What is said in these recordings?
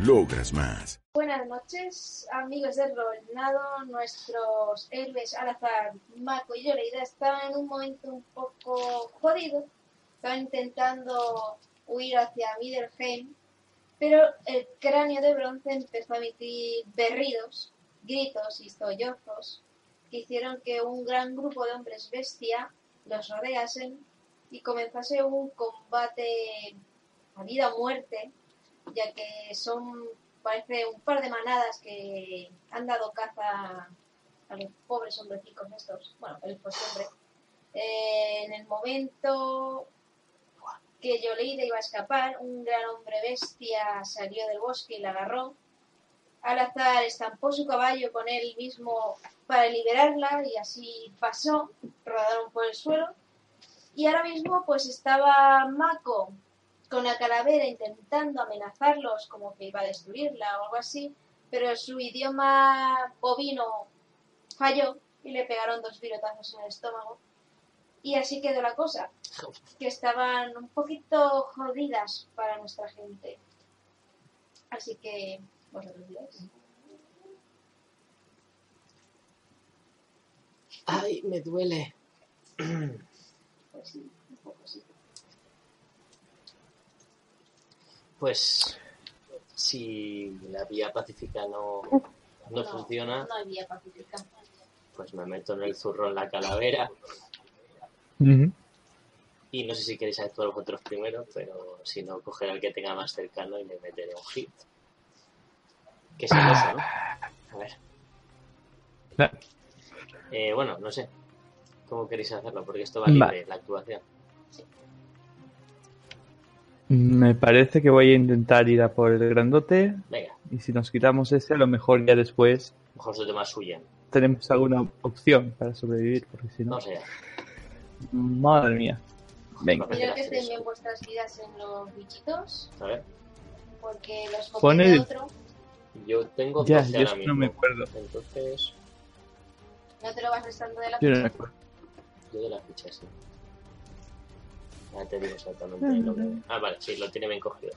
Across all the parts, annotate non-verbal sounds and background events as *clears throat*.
logras más. Buenas noches, amigos de Rolnado, nuestros héroes al azar, Marco y Yoleida están en un momento un poco jodido, están intentando huir hacia Middelheim, pero el cráneo de bronce empezó a emitir berridos, gritos y sollozos que hicieron que un gran grupo de hombres bestia los rodeasen y comenzase un combate a vida o muerte, ya que son parece un par de manadas que han dado caza a los pobres hombrecicos estos, bueno, el poshombre. Eh, en el momento que Yoleida iba a escapar, un gran hombre bestia salió del bosque y la agarró. Al azar estampó su caballo con él mismo para liberarla y así pasó, rodaron por el suelo. Y ahora mismo pues estaba Mako con la calavera intentando amenazarlos como que iba a destruirla o algo así, pero su idioma bovino falló y le pegaron dos virotazos en el estómago. Y así quedó la cosa, que estaban un poquito jodidas para nuestra gente. Así que, vosotros diréis. Ay, me duele. Pues sí, un poco sí. Pues si la vía pacífica no, no funciona, No había pacífica. pues me meto en el zurro en la calavera. Ujú. Y no sé si queréis actuar vosotros primero, pero si no, coger al que tenga más cercano y le meteré un hit. Que se pasa, ¿no? A ver. La- Eh, bueno, no sé. ¿Cómo queréis hacerlo? Porque esto va libre, Vale. la actuación. Mm, Me parece que voy a intentar ir a por el grandote. Venga, Y si nos quitamos ese, a lo mejor ya después mejor se toma suya. tenemos alguna opción para sobrevivir. Porque si no, Vamos allá. madre mía. Venga. Mirad que Gracias. estén bien vuestras vidas en los bichitos, A ver, porque los Pone- copié de otro. yo tengo Ya, 12 yo ahora eso no me mismo. acuerdo. Entonces, No te lo vas restando de la Yo no me ficha. acuerdo. yo de la ficha sí. Ya te digo exactamente el nombre. Ah, vale, sí, lo tiene bien cogido.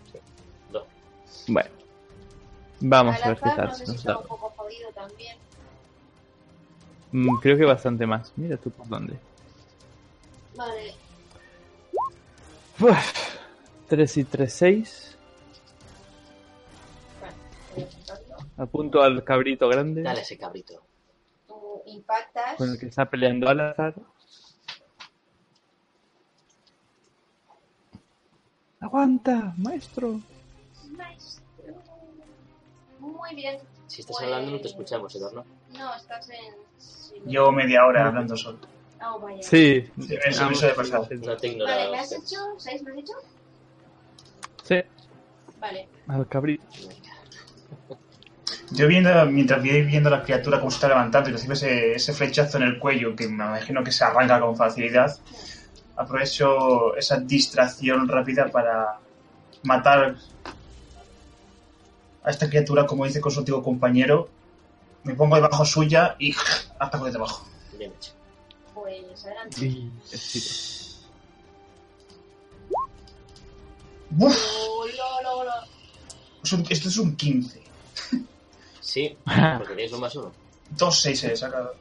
Sí. Bueno. Vamos Al a ver qué azar, tal no sé si nos estaba da. un poco jodido también. Mm, Creo que bastante más. Mira tú por dónde. Vale, 3 y 3, 6. voy a apuntarlo. Apunto al cabrito grande Dale a ese cabrito. Tú impactas. con el que está peleando al azar. ¡Aguanta, maestro! Maestro. Muy bien. Si estás Pues- hablando no te escuchamos, Eduardo. No, estás en. sí, no. Llevo media hora hablando solo. Ah, oh, vaya. Sí. Sí, eso- eso he pasado. No te Vale, ¿me ignoraba. has hecho? ¿Seis me has hecho? Sí, Vale. al cabrito. Yo viendo, mientras voy viendo a la criatura como se está levantando y recibe ese, ese flechazo en el cuello que me imagino que se arranca con facilidad, aprovecho esa distracción rápida para matar a esta criatura, como dice con su antiguo compañero. Me pongo debajo suya y ataco de debajo. Bien hecho. Pues adelante. Y- éxito. ¡Buf! Oh, lo, lo, lo. Es un- esto es un 15. Sí, Ah. porque tienes un más uno. Dos seis he sacado.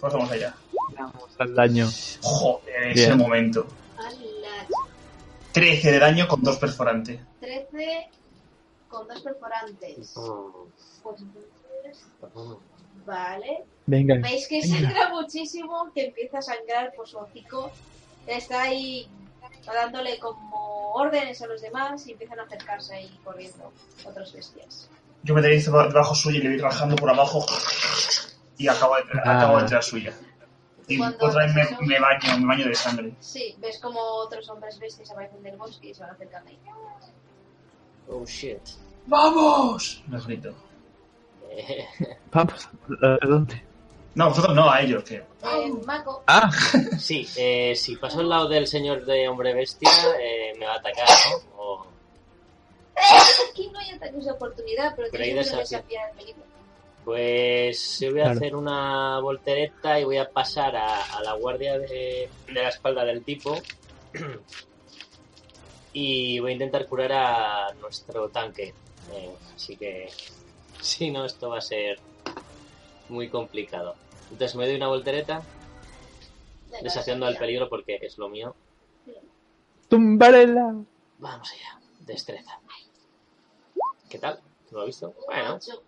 Pues vamos allá. Vamos al daño. Joder, es Bien. el momento. A la 13 de daño con dos perforante. 13 con dos perforantes. Oh, Pues, vale. Venga. Veis que sangra muchísimo, que empieza a sangrar por su hocico. Está ahí dándole como órdenes a los demás y empiezan a acercarse ahí corriendo otros bestias. Yo me dirijo debajo suya y le voy bajando por abajo y acabo de, Ah. acabo de entrar suya. Y Cuando otra vez haces me, eso- me baño, me baño de sangre. Sí, ves como otros hombres bestias aparecen del bosque y se van acercando ahí. Oh shit. ¡Vamos! Les grito. Eh, *laughs* Vamos, ¿a dónde? No, vosotros no, a ellos, que. Eh, Mako, Ah, sí, eh, si paso al lado del señor de hombre bestia, eh, me va a atacar, ¿no? O- aquí no hay ataques de oportunidad, pero Pero hay tienes que desafío. desafiar al peligro. Pues yo voy a Claro. hacer una voltereta y voy a pasar a, a la guardia de, de la espalda del tipo. *clears throat* Y voy a intentar curar a nuestro tanque. Eh, así que si no, esto va a ser muy complicado. Entonces me doy una voltereta Venga, desafiando al desafía. peligro porque es lo mío. tumbarela. Vamos allá, destreza. ¿Qué tal? ¿Lo ha visto? Bueno, Ocho.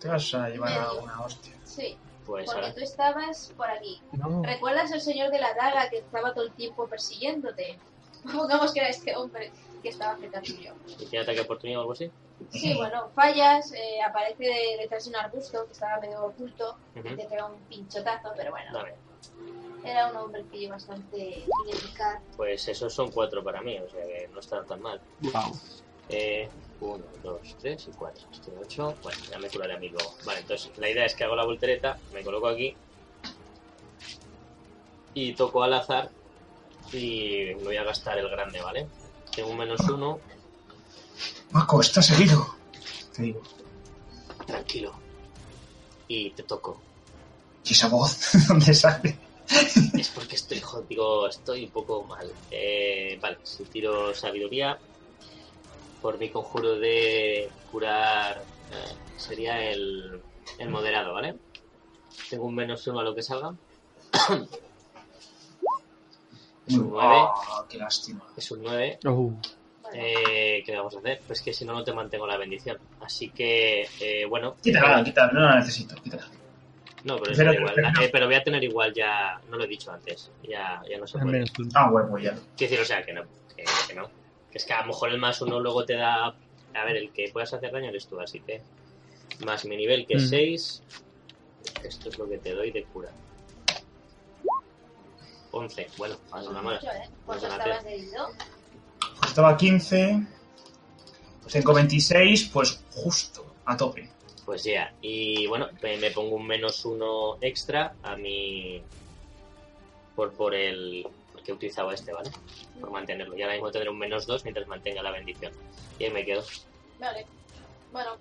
Te vas a llevar a una hostia. Sí, pues porque ahora. tú estabas por aquí. No. ¿Recuerdas al señor de la daga que estaba todo el tiempo persiguiéndote? *laughs* Pongamos que era este hombre que estaba cerca tuyo. ¿Y tiene ataque oportunidad o algo así? Sí, bueno, fallas, eh, aparece detrás de un arbusto que estaba medio oculto y Ujú, te pega un pinchotazo, pero bueno, Dame. era un hombre que yo bastante ineficaz. Pues esos son cuatro para mí, o sea que no están tan mal. Eh, uno, dos, tres y cuatro. Este ocho. Bueno, ya me curaré a mí luego. Vale, entonces la idea es que hago la voltereta, me coloco aquí y toco al azar y me voy a gastar el grande, ¿vale? Tengo un menos uno. Paco, estás herido. Te digo. Tranquilo. Y te toco. ¿Y esa voz? *laughs* ¿De dónde sale? Es porque estoy, jo- digo, estoy un poco mal. Eh, vale, si tiro sabiduría, por mi conjuro de curar eh, sería el, el moderado, ¿vale? Tengo un menos uno a lo que salga. es un 9, Ah, qué lástima. es un 9. Oh. Bueno, Eh, ¿Qué vamos a hacer? Pues que si no, no te mantengo la bendición. Así que, eh, bueno. Quítala, quítala, no la necesito. Quítala. No, pero, es Pero- igual. Eh, pero voy a tener igual ya. No lo he dicho antes. Ya, ya no se puede. Menos uno. Ah, bueno, ya. Quiero decir, o sea, que no, que, que no. Que es que a lo mejor el más uno luego te da... A ver, el que puedas hacer daño eres tú, así que... Más mi nivel, que Mm. es 6. Esto es lo que te doy de cura. 11. Bueno, a la mala. mucho, ¿eh? ¿Cuánto Pues estabas herido? Pues estaba 15, tengo 26, pues justo, a tope. Pues ya. Y bueno, me, me pongo un menos uno extra a mi... Por, por el... Porque he utilizado este, ¿vale? Por mantenerlo. Y ahora mismo tendré un menos 2 mientras mantenga la bendición. Y ahí me quedo. Vale. Bueno,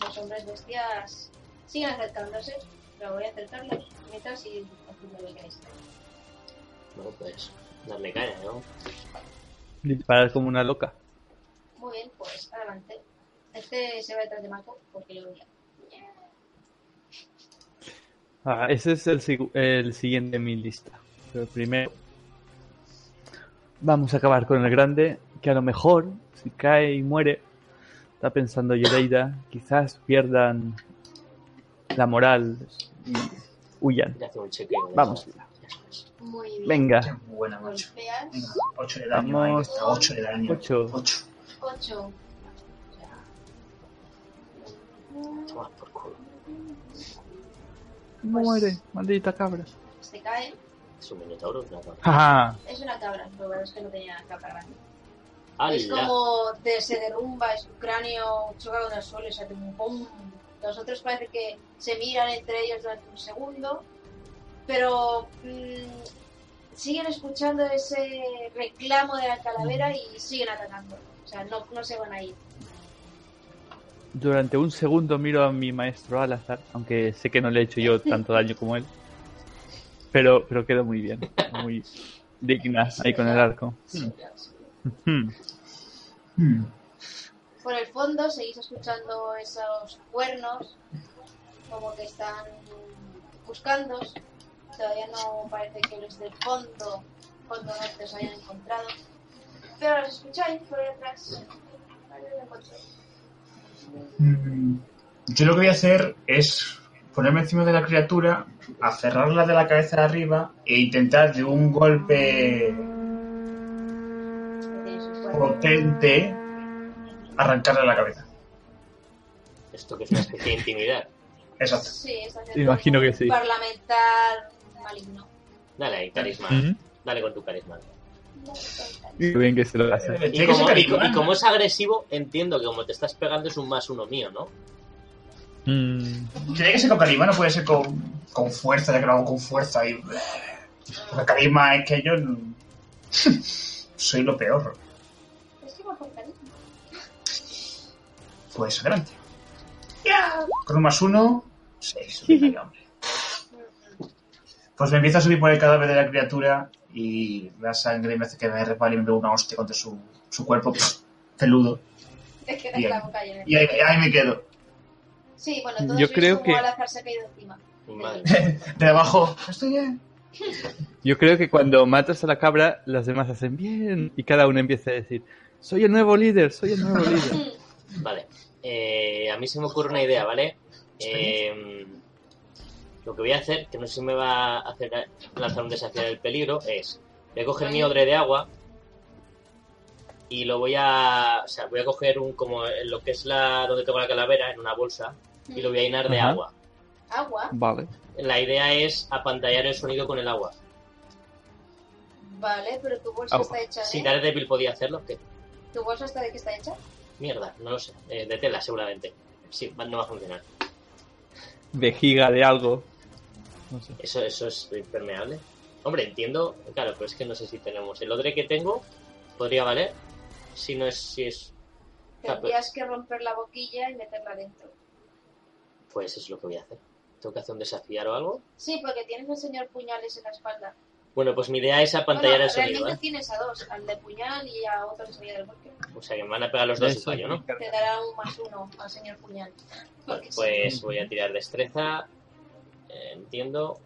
los hombres bestias siguen acercándose, pero voy a acercarlos mientras y haciendo lo que queráis. Bueno, pues... Darle caña, ¿no? Disparar como una loca. Muy bien, pues adelante. Este se va detrás de Mako porque lo odia. Ah, ese es el, sigu- el siguiente en mi lista. Pero primero vamos a acabar con el grande, que a lo mejor, si cae y muere, está pensando Yoreida, quizás pierdan la moral y huyan. Le hace un chequeo. de Vamos. salud. Eso es. Muy bien. Qué Venga, buena, macho. Venga, Golpeas 8 de daño, ahí Vamos. está, 8 de daño. 8. 8. 8. Toma por culo. Muere, maldita cabra. Se cae. Es un minotauro. Una cabra. Jaja. Es una cabra, lo bueno es que no tenía cabra grande. Es ¡Hala! como de- se derrumba, es un cráneo chocado en el suelo y se hace un pum. Los otros parece que se miran entre ellos durante un segundo, pero mm, siguen escuchando ese reclamo de la calavera y siguen atacando. O sea, no, no se van a ir. Durante un segundo miro a mi maestro al azar, aunque sé que no le he hecho yo tanto daño como él. Pero, pero quedó muy bien, muy digna ahí con el arco. Hmm. Mm, Por el fondo seguís escuchando esos cuernos, como que están buscando. Todavía no parece que los del fondo, fondo norte os hayan encontrado. Pero los escucháis por detrás. Mm, Yo lo que voy a hacer es ponerme encima de la criatura, aferrarla de la cabeza arriba e intentar de un golpe potente arrancarle la cabeza. Esto que es una especie de intimidad. Exacto. Sí, está haciendo Te imagino un que sí. Parlamentar maligno. Mm-hmm. Dale ahí, carisma. Dale con tu carisma. Qué bien que se lo hace. Tiene Y que como, ser y co- calculado. y como es agresivo, entiendo que como te estás pegando es un más uno mío, ¿no? Mm, Tiene que ser con carisma, no puede ser con, con fuerza, ya que lo hago con fuerza. Y... Porque carisma es que yo no- *laughs* soy lo peor. Es que va por carisma. Pues adelante. Con un más uno, seis. *laughs* venga, hombre. Pues me empiezo a subir por el cadáver de la criatura y la sangre me hace que me repare y me pego una hostia contra su, su cuerpo pues, peludo. Te quedas Bien. la boca llena. Y ahí, ahí me quedo. Sí, bueno, todo eso Yo es creo como que- Pues al azar se ha caído encima. Vale. *laughs* De abajo, estoy bien. Yo creo que cuando matas a la cabra, las demás hacen bien y cada uno empieza a decir, soy el nuevo líder, soy el nuevo líder. Vale. Eh, a mí se me ocurre una idea, ¿vale? Eh, lo que voy a hacer, que no sé si me va a hacer lanzar un desafío del peligro, es voy a coger mi odre de agua y lo voy a, o sea, voy a coger un como en lo que es la donde tengo la calavera en una bolsa y lo voy a llenar de Ajá. agua. Agua, Vale. La idea es apantallar el sonido con el agua. vale, pero tu bolsa Ah, Agua. está hecha de... Si Daredevil podía hacerlo, ¿qué? ¿Tu bolsa está de qué está hecha? Mierda, no lo sé. Eh, de tela, seguramente. Sí, va- no va a funcionar. Vejiga de algo. No sé. Eso, eso es impermeable. Hombre, entiendo. Claro, pero es que no sé si tenemos. El odre que tengo podría valer. Si no es. Si es Ah, Tendrías que romper la boquilla y meterla dentro. pues es lo que voy a hacer. ¿Tengo que hacer un desafiar o algo? Sí, porque tienes al señor puñales en la espalda. Bueno, pues mi idea es apantallar Bueno, el sonido. realmente ¿eh? tienes a dos, al de puñal y a otro que salía del bosque. O sea que me van a pegar los dos y fallo, ¿no? Te dará un más uno al señor puñal. Porque sí. Pues voy a tirar destreza. Eh, entiendo.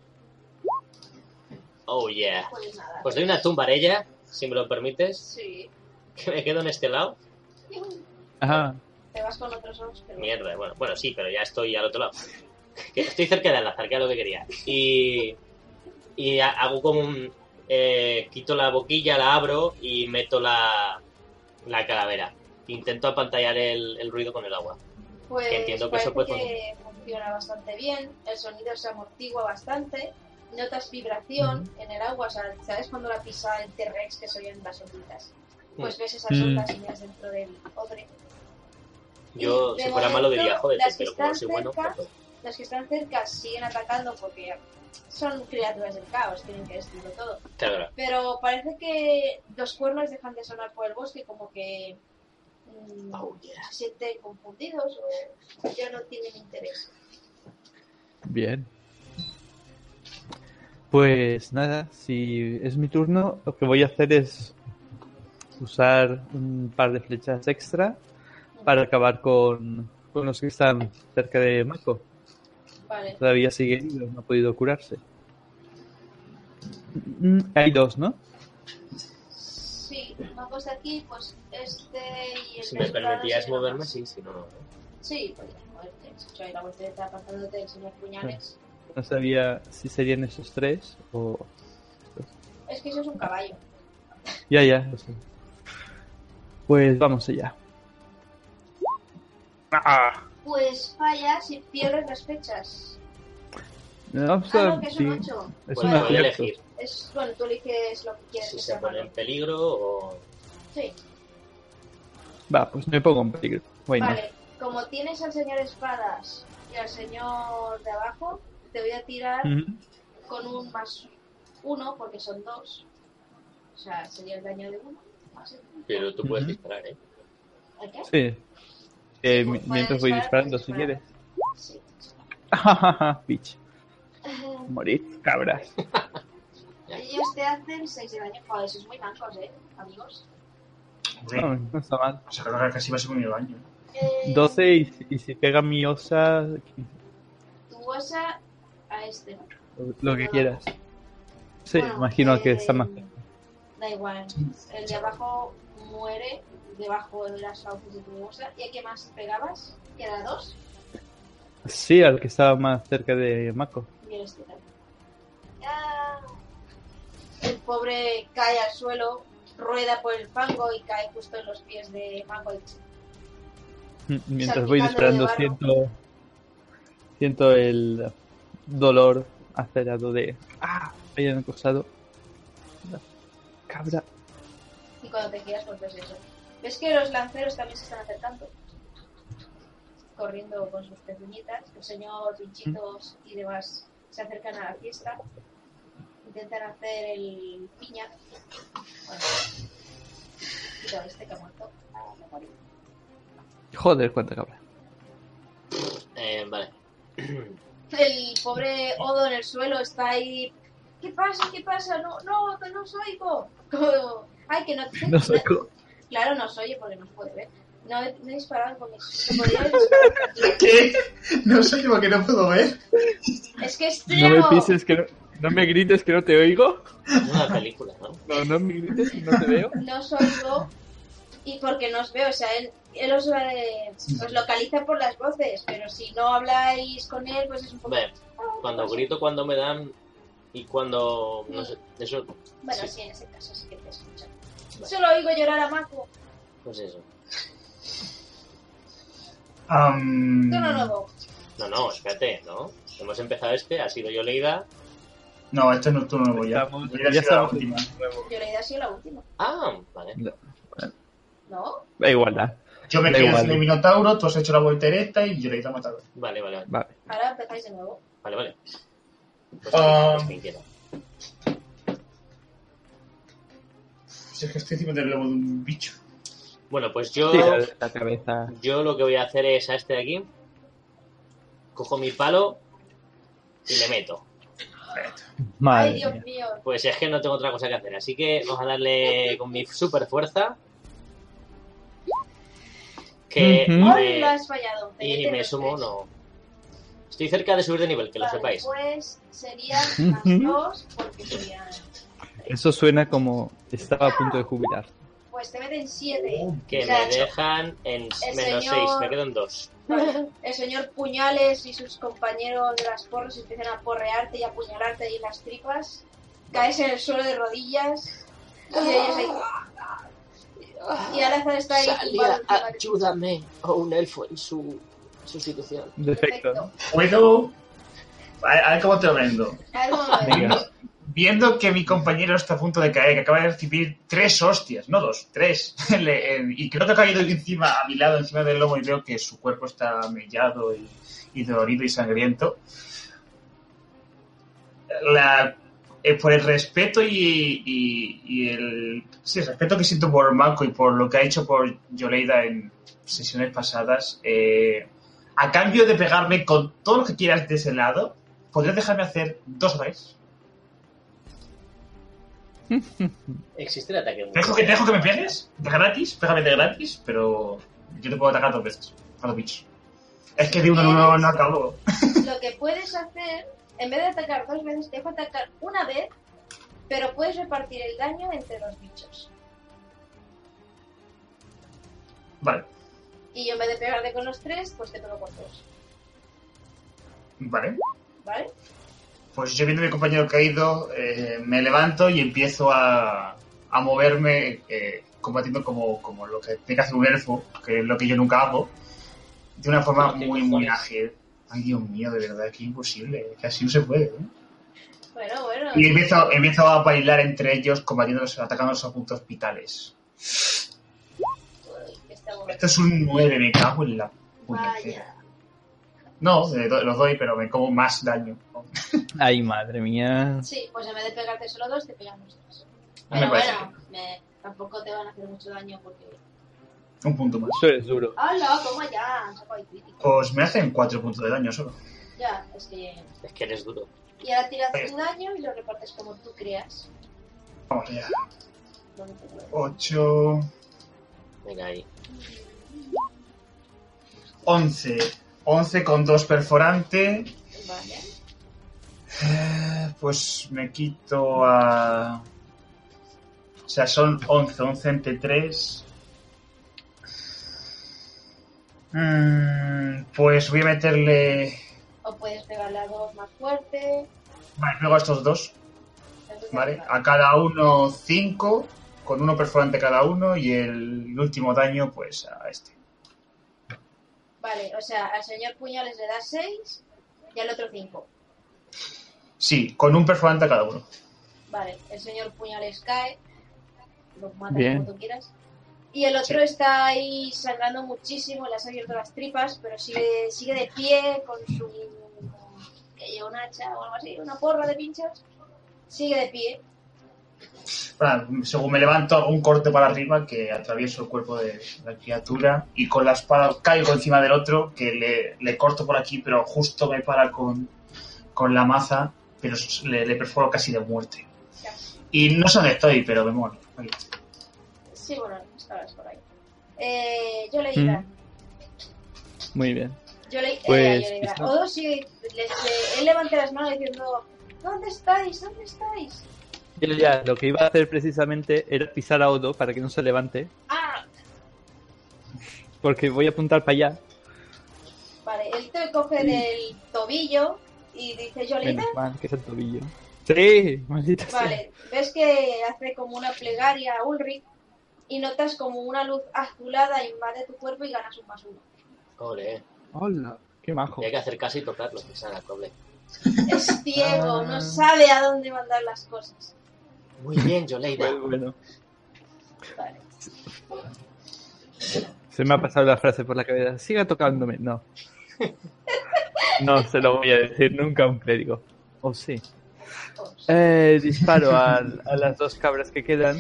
Oh yeah. Pues nada. Pues doy una tumbarella, si me lo permites. Sí. Que me quedo en este lado. Ajá. Te vas con otros dos, pero... Mierda, bueno, bueno, sí, pero ya estoy al otro lado. *laughs* Que Estoy cerca de enlazar, que era lo que quería. Y, y ha- hago como un... eh, quito la boquilla, la abro y meto la, la calavera. Intento apantallar el, el ruido con el agua. Pues Entiendo que parece eso puede que funciona bastante bien, el sonido se amortigua bastante, notas vibración en el agua, o sea, ¿sabes cuando la pisa el T-Rex que se oyen las onditas? Pues ves esas Mm. ondas y las dentro del odre. Yo, De si fuera malo, diría, momento, joder, las que pero como están soy bueno... cerca- pues, Los que están cerca siguen atacando porque son criaturas del caos, tienen que destruirlo todo. pues, Claro, Pero parece que los cuernos dejan de sonar por el bosque, como que mm, oh yeah. se sienten confundidos o ya no tienen interés. Bien. Pues nada, si es mi turno, lo que voy a hacer es usar un par de flechas extra para acabar con, con los que están cerca de Mako. Vale. Todavía sigue herido, no ha podido curarse. Mm, Hay dos, ¿no? Sí, vamos de aquí, pues este y el Si me resultado permitías será más. moverme, sí, si no... no. Sí, pues podías moverte. De hecho, ahí la voltereta apartándote del señor Puñales. No sabía si serían esos tres o... Es que eso es un caballo. Ya, ya, lo sé. Pues vamos allá. Pues fallas y pierdes las fechas. Vamos Ah, a- no, que es sí, un 8. es Bueno, un voy a acierto. pues elegir Es, bueno, tú eliges lo que quieres si que se sea pone en malo. peligro o... Sí, Va, pues me pongo en peligro. Bueno, vale. Como tienes al señor Espadas y al señor de abajo, te voy a tirar Ujú. con un más uno, porque son dos. O sea, sería el daño de uno. Más el uno. Pero tú puedes Ujú. disparar, ¿eh? ¿A qué? Sí. Eh, mi- pues puedes mientras voy disparar, disparando, puedes si disparar. quieres. Sí. *laughs* *laughs* Bitch. Morid, cabras. Ellos te hacen 6 de daño. Joder, sois muy blancos, eh, amigos. Hombre, No, *laughs* no está mal. o sea, creo que casi va a ser un daño. Eh, 12 y, si- y si pega mi osa, Tu osa a este, ¿no? lo que quieras. Sí, Bueno, imagino que eh, está más. Da igual. El de abajo muere debajo de las fauces de tu osa. ¿Y a qué más pegabas? Queda dos. Sí, al que estaba más cerca de Mako. *laughs* Y el este también. Ah. El pobre cae al suelo, rueda por el fango y cae justo en los pies de Mako. M- Mientras voy disparando, Salpicando siento, siento el dolor acelerado de. ¡Ah! Hayan acosado. Cabra. Y cuando te quieras, pues ves eso. Ves que los lanceros también se están acercando. Corriendo con sus pezuñitas. Los señor pinchitos y demás se acercan a la fiesta. Intentan hacer el piña. Bueno. Quito a este que ha muerto. Ah, me morí. Joder, cuánta cabra. Eh, vale. El pobre Odo en el suelo está ahí. ¿Qué pasa? ¿Qué pasa? No, no, que no os oigo. Como, Ay, que no te *laughs* No sé cómo- Claro, no os oye porque no os puede ver. No, he- no he disparado con mis. te podría haber disparado. ¿Qué? No sé lo que no puedo ver. Es que es No me ciego. pises que no, no me grites que no te oigo. Es una película, ¿no? No, no me grites que no te veo. No os oigo. Y porque no os veo. O sea, él, él os, eh, os localiza por las voces. Pero si no habláis con él, pues es un poco. Ve, Pues cuando grito, cuando me dan y cuando... No sé, eso... Bueno, sí. sí, en ese caso sí que te escuchan. Solo oigo llorar a Mako. Pues eso. Am, Tú no Mm. lo veo. No, no, espérate, ¿no? Hemos empezado este, ha sido yo leída. no, este no es turno nuevo ya. Estamos- Hubiera ya sido la estamos- última. Llorida ha sido la última. Ah, vale. ¿No? *laughs* Da igualdad. Yo me Da quedé igual. en el Minotauro, tú has hecho la voltereta y yo le he ido a matar. Vale, vale, vale. Vale. Ahora empezáis de nuevo. Vale, vale. Pues, Ah. pues quien quiera. Si es que estoy encima del lobo de un bicho. Bueno, pues yo... Tira de la cabeza. Yo lo que voy a hacer es a este de aquí. Cojo mi palo y le meto. Ay, Madre Dios mía. mío. Pues es que no tengo otra cosa que hacer. Así que vamos a darle con mi super fuerza. Que Ujú. me- Hola, has fallado. Mm. y Te me metes sumo tres. no. Estoy cerca de subir de nivel, que lo Vale, sepáis. Pues *laughs* serían las Ujú. dos, porque serían. Eso suena como estaba a punto de jubilar. Pues te meten siete. Que Ya, me dejan en El menos señor- 6, me quedan 2. Vale. El señor Puñales y sus compañeros de las porras empiezan a porrearte y a apuñalarte ahí en las tripas. Caes en el suelo de rodillas. Y ellos ahí. Y Alazar está ahí. tumbado encima de ti. ayúdame, o un elfo en su sustitución. Defecto. Puedo. A ver, a ver cómo te lo vendo. A ver cómo lo ves. Venga. Viendo que mi compañero está a punto de caer, que acaba de recibir tres hostias, no dos, tres, *laughs* le- eh, y creo que ha caído encima, a mi lado, encima del lomo, y veo que su cuerpo está mellado y, y dolorido y sangriento. La- eh, por el respeto y, y- y el, sí, el respeto que siento por Marco y por lo que ha hecho por Yoleida en sesiones pasadas, eh, a cambio de pegarme con todo lo que quieras de ese lado, ¿podrías dejarme hacer dos ataques? Existe el ataque. ¿Te dejo que, te dejo que me pegues? ¿De gratis? Pégame de gratis, pero yo te puedo atacar dos veces. A los bichos. Es que de uno en uno no acabo. Lo que puedes hacer, en vez de atacar dos veces, te dejo atacar una vez, pero puedes repartir el daño entre los bichos. Vale, Y yo en vez de pegarte con los tres, pues te pego con dos. vale. ¿Vale? Pues yo viendo a mi compañero caído, eh, me levanto y empiezo a, a moverme eh, combatiendo como, como lo que tiene que hacer un elfo, que es lo que yo nunca hago, de una forma Pero qué muy, muy cojones. ágil. Ay, Dios mío, de verdad, que imposible. Que así no se puede, ¿eh? Bueno, bueno. Y empiezo, empiezo a bailar entre ellos, combatiéndolos, atacándolos a puntos vitales. Uy, Pues, está bueno. Esto es un 9, me cago en la puñetera. Vaya. No, eh, do- los doy, pero me como más daño. *laughs* Ay, madre mía. Sí, pues en vez de pegarte solo dos, te pegan los tres. Me Pero parece bueno, me- tampoco te van a hacer mucho daño porque. Un punto más. Eso es duro. ¡Hala! ¿Cómo ya? Han sacado ahí crítico. Pues me hacen 4 puntos de daño solo. Ya, es que. Es que eres duro. Y ahora tiras tu daño y lo repartes como tú creas. Vamos allá. Donde te muevas. 8, Venga ahí. 11. 11 con 2 perforante. Vale. Eh, Pues me quito a. O sea, son 11, 11 entre 3. Pues voy a meterle. O puedes pegarle a dos más fuerte. Vale, pego a estos dos. Entonces, Vale, ah. a cada uno 5, con uno perforante cada uno y el último daño pues a este. Vale, o sea, al señor Puñales le das 6 y al otro 5. Sí, con un perforante a cada uno. Vale, el señor Puñales cae los matas Bien. como tú quieras. Y el otro está ahí sangrando muchísimo, le has abierto las tripas, pero sigue, sigue de pie con su. que lleva un hacha o algo así, una porra de pinchos. Sigue de pie. Nada, según me levanto, hago un corte para arriba que atravieso el cuerpo de la criatura y con la espada caigo encima del otro, que le, le corto por aquí, pero justo me para con, con la maza, pero s- le, le perforo casi de muerte. Y no sé dónde estoy, pero me muero. Oye, Sí, bueno, estabas por ahí. Eh, yo le iba. Mm. Muy bien. Yo le eh, Pues, yo le iba. quizá. Odo sigue. les- le- él levanta las manos diciendo: ¿Dónde estáis? ¿Dónde estáis? Yo ya lo que iba a hacer precisamente era pisar a Odo para que no se levante, ¡Ah! porque voy a apuntar para allá. Vale, él te coge del tobillo y dice: Yolita, Menos mal que es el tobillo. Sí, maldita sea. Vale, ves que hace como una plegaria a Ulrich y notas como una luz azulada invade tu cuerpo y ganas un más uno. Ole, Hola, qué majo. y hay que acercarse y tocarlo, que salga el doble. Es ciego, Ah. no sabe a dónde mandar las cosas. Muy bien, Yoleida. *laughs* Bueno, Pues bueno. Vale. Se me ha pasado la frase por la cabeza. Siga tocándome. No. No se lo voy a decir nunca a un clérigo. O Oh, sí. Eh, disparo al- a, las dos cabras que quedan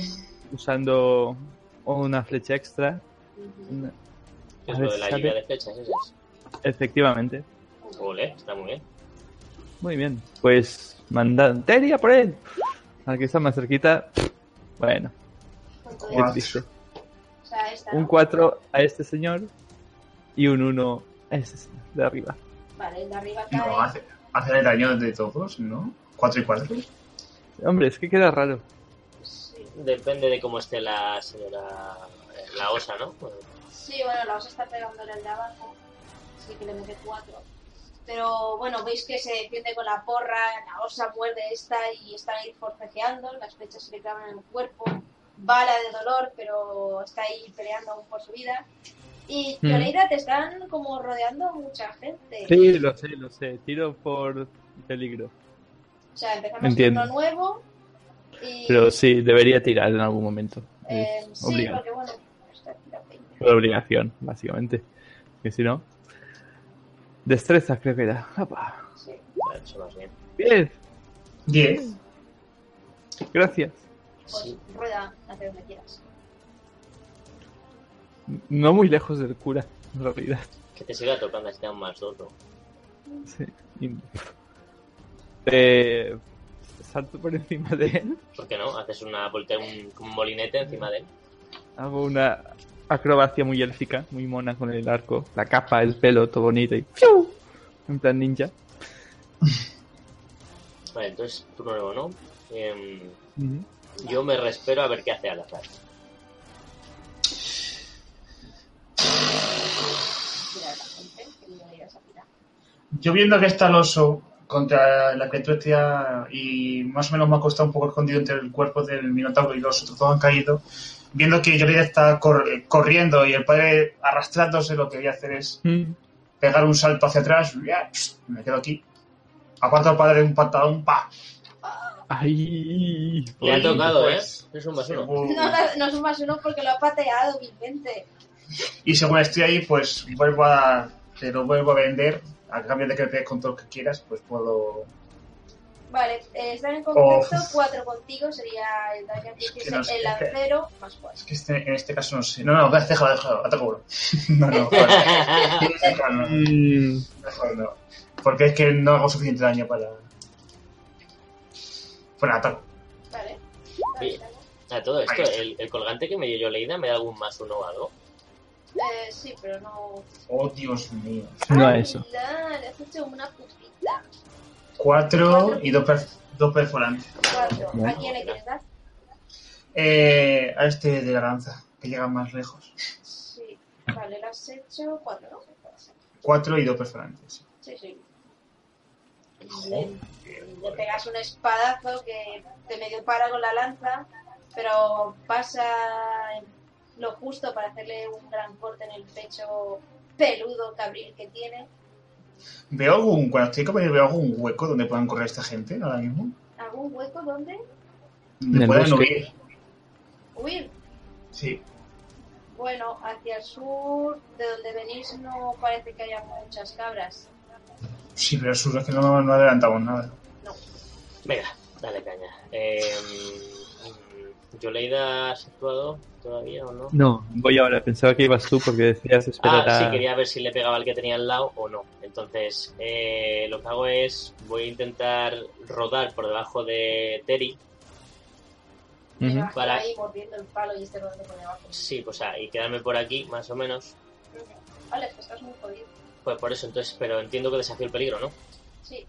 usando una flecha extra. Ujú. Una- Es lo A ver de si la sale. lluvia de flechas, eso es. Efectivamente. Ole, está muy bien. Muy bien. Pues mandan Teria por él. Al que está más cerquita. Bueno, ¿Cuánto qué Guau. es? triste. O sea, esta, Un ¿no? 4 a este señor y un 1 a este señor de arriba. Vale, el de arriba cae. No, hace, hace el daño de todos, ¿no? 4 y 4. Hombre, es que queda raro. Sí. Depende de cómo esté la señora, eh, la osa, ¿no? Bueno, Sí, bueno, la osa está pegándole al de abajo. Así que le mete cuatro. Pero bueno, veis que se defiende con la porra, la osa muerde esta y están ahí forcejeando, las flechas se le clavan en el cuerpo, bala de dolor, pero está ahí peleando aún por su vida. Y Mm. Yoleida, te están como rodeando mucha gente. Sí, lo sé, lo sé. Tiro por peligro. O sea, empezamos Entiendo. con lo nuevo. Y, Pero sí, debería tirar en algún momento. eh, Es sí, obligado. porque bueno, está aquí la peña. Por obligación, básicamente. Que si no. Destreza, creo que era. Apa. Sí. claro, eso más bien. Bien, 10. gracias. Pues Sí. rueda hacia donde quieras. No muy lejos del cura, en realidad. Que te siga tocando así te dan más dos, ¿no? Sí. Y- Eh, salto por encima de él. ¿Por qué no? Haces una voltea, un, un molinete encima de él. Hago una acrobacia muy élfica, muy mona con el arco, la capa, el pelo, todo bonito y ¡fiu! En plan ninja. Vale, entonces turno nuevo, ¿no? Em, Ujú. yo me respiro a ver qué hace Alazar. Mira la gente, que no irás a tirar. Yo viendo que está el oso contra la criatura tía y más o menos me ha costado un poco escondido entre el cuerpo del minotauro y los otros dos han caído, viendo que Yolida está cor- eh, corriendo y el padre arrastrándose, lo que voy a hacer es Mm. pegar un salto hacia atrás, ya, pss, me quedo aquí. Aparto al padre de un patadón, pa. Ay, Le ha Uy, tocado, pues. ¿eh? Es un más *laughs* uno. Según- *laughs* No, no, no es más uno porque lo ha pateado vilmente. Y según estoy ahí, pues vuelvo a te lo vuelvo a vender a cambio de que me pegues con todo lo que quieras, pues puedo Vale, eh, están en contacto, Oh. cuatro contigo sería el daño que Es que hiciese no sé. el lancero más cuatro. Es que este- en este caso no sé. No, no, déjalo, déjalo, ataco uno. *laughs* No, no, vale. *laughs* Mejor no, Mm, mejor no. Porque es que no hago suficiente daño para. Para ataco. Vale. Bien. Vale, vale. A todo esto, Ahí está. el, el colgante que me dio yo leída me da algún más uno o algo. Eh, sí, pero no. Oh, Dios mío. No a Ay, eso. la, le has hecho una putita. Cuatro y dos, per- dos perforantes. Cuatro. Bueno. ¿A quién le quieres dar? Eh, a este de la lanza, que llega más lejos. Sí. Vale, lo has hecho cuatro, ¿no? Cuatro y dos perforantes. Sí, sí. Le, le pegas un espadazo que te medio para con la lanza, pero pasa lo justo para hacerle un gran corte en el pecho peludo cabril que tiene. Veo algún. Cuando estoy comiendo, veo algún hueco donde puedan correr esta gente ahora mismo. ¿Algún hueco donde? Donde el puedan bosque. huir. Huir. Sí. Bueno, hacia el sur, de donde venís, no parece que haya muchas cabras. Sí, pero el sur es que no, no adelantamos nada. Venga, dale caña. Eh, mm, ¿Yoleida has actuado todavía o no? No, voy ahora. Pensaba que ibas tú porque decías Ah, esperar sí, a- quería ver si le pegaba al que tenía al lado o no. Entonces, eh, lo que hago es, voy a intentar rodar por debajo de Terry. Me Ujú. bajo Para- ahí mordiendo el palo y este rodando por debajo. Sí, pues ah, y quedarme por aquí, más o menos. Vale, pues estás muy jodido. Pues por eso, entonces, pero entiendo que desafío el peligro, ¿no? Sí.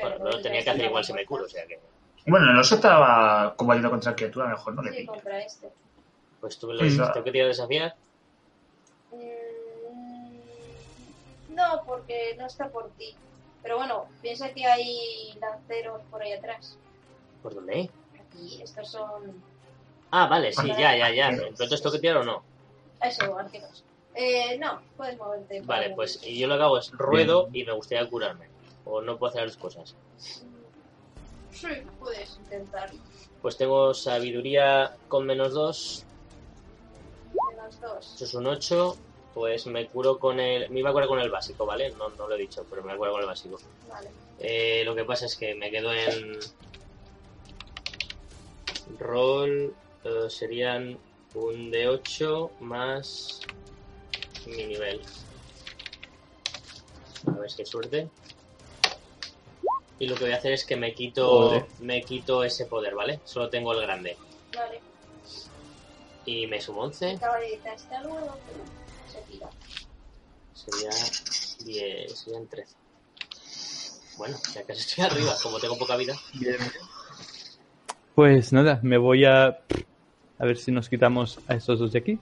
Bueno, no lo tenía que hacer igual si me curo, o sea que... Bueno, el oso estaba combatiendo contra criatura, mejor no le Sí, pilla. contra este. Pues tú me lo Sí, dices, claro. tengo que tirar a desafiar. Mm, No, porque no está por ti. Pero bueno, piensa que hay lanceros por ahí atrás. ¿Por dónde? eh? Aquí, estos son. Ah, vale, sí, ya, ya, ya. Pero- Entonces, ¿tengo que tirar o no? Eso, arqueros. Eh, no, puedes moverte. por Vale, ahí. pues y yo lo que hago es ruedo y me gustaría curarme. O no puedo hacer las dos cosas. Sí, puedes intentarlo. Pues tengo sabiduría con menos 2, Menos dos. eso es un 8. Pues me curo con el. Me iba a curar con el básico, ¿vale? No, no lo he dicho, pero me voy a curar con el básico. Vale. Eh, lo que pasa es que me quedo en. Roll. eh, serían un D8 más. Mi nivel. A ver qué suerte. Y lo que voy a hacer es que me quito. Joder. Me quito ese poder, ¿vale? Solo tengo el grande. Vale. Y me sumo 11. Acaba de editar hasta luego, pero se tira. Sería 10. Serían 13. Bueno, ya casi estoy *laughs* arriba, como tengo poca vida. Bien. Pues nada, me voy a. A ver si nos quitamos a estos dos de aquí.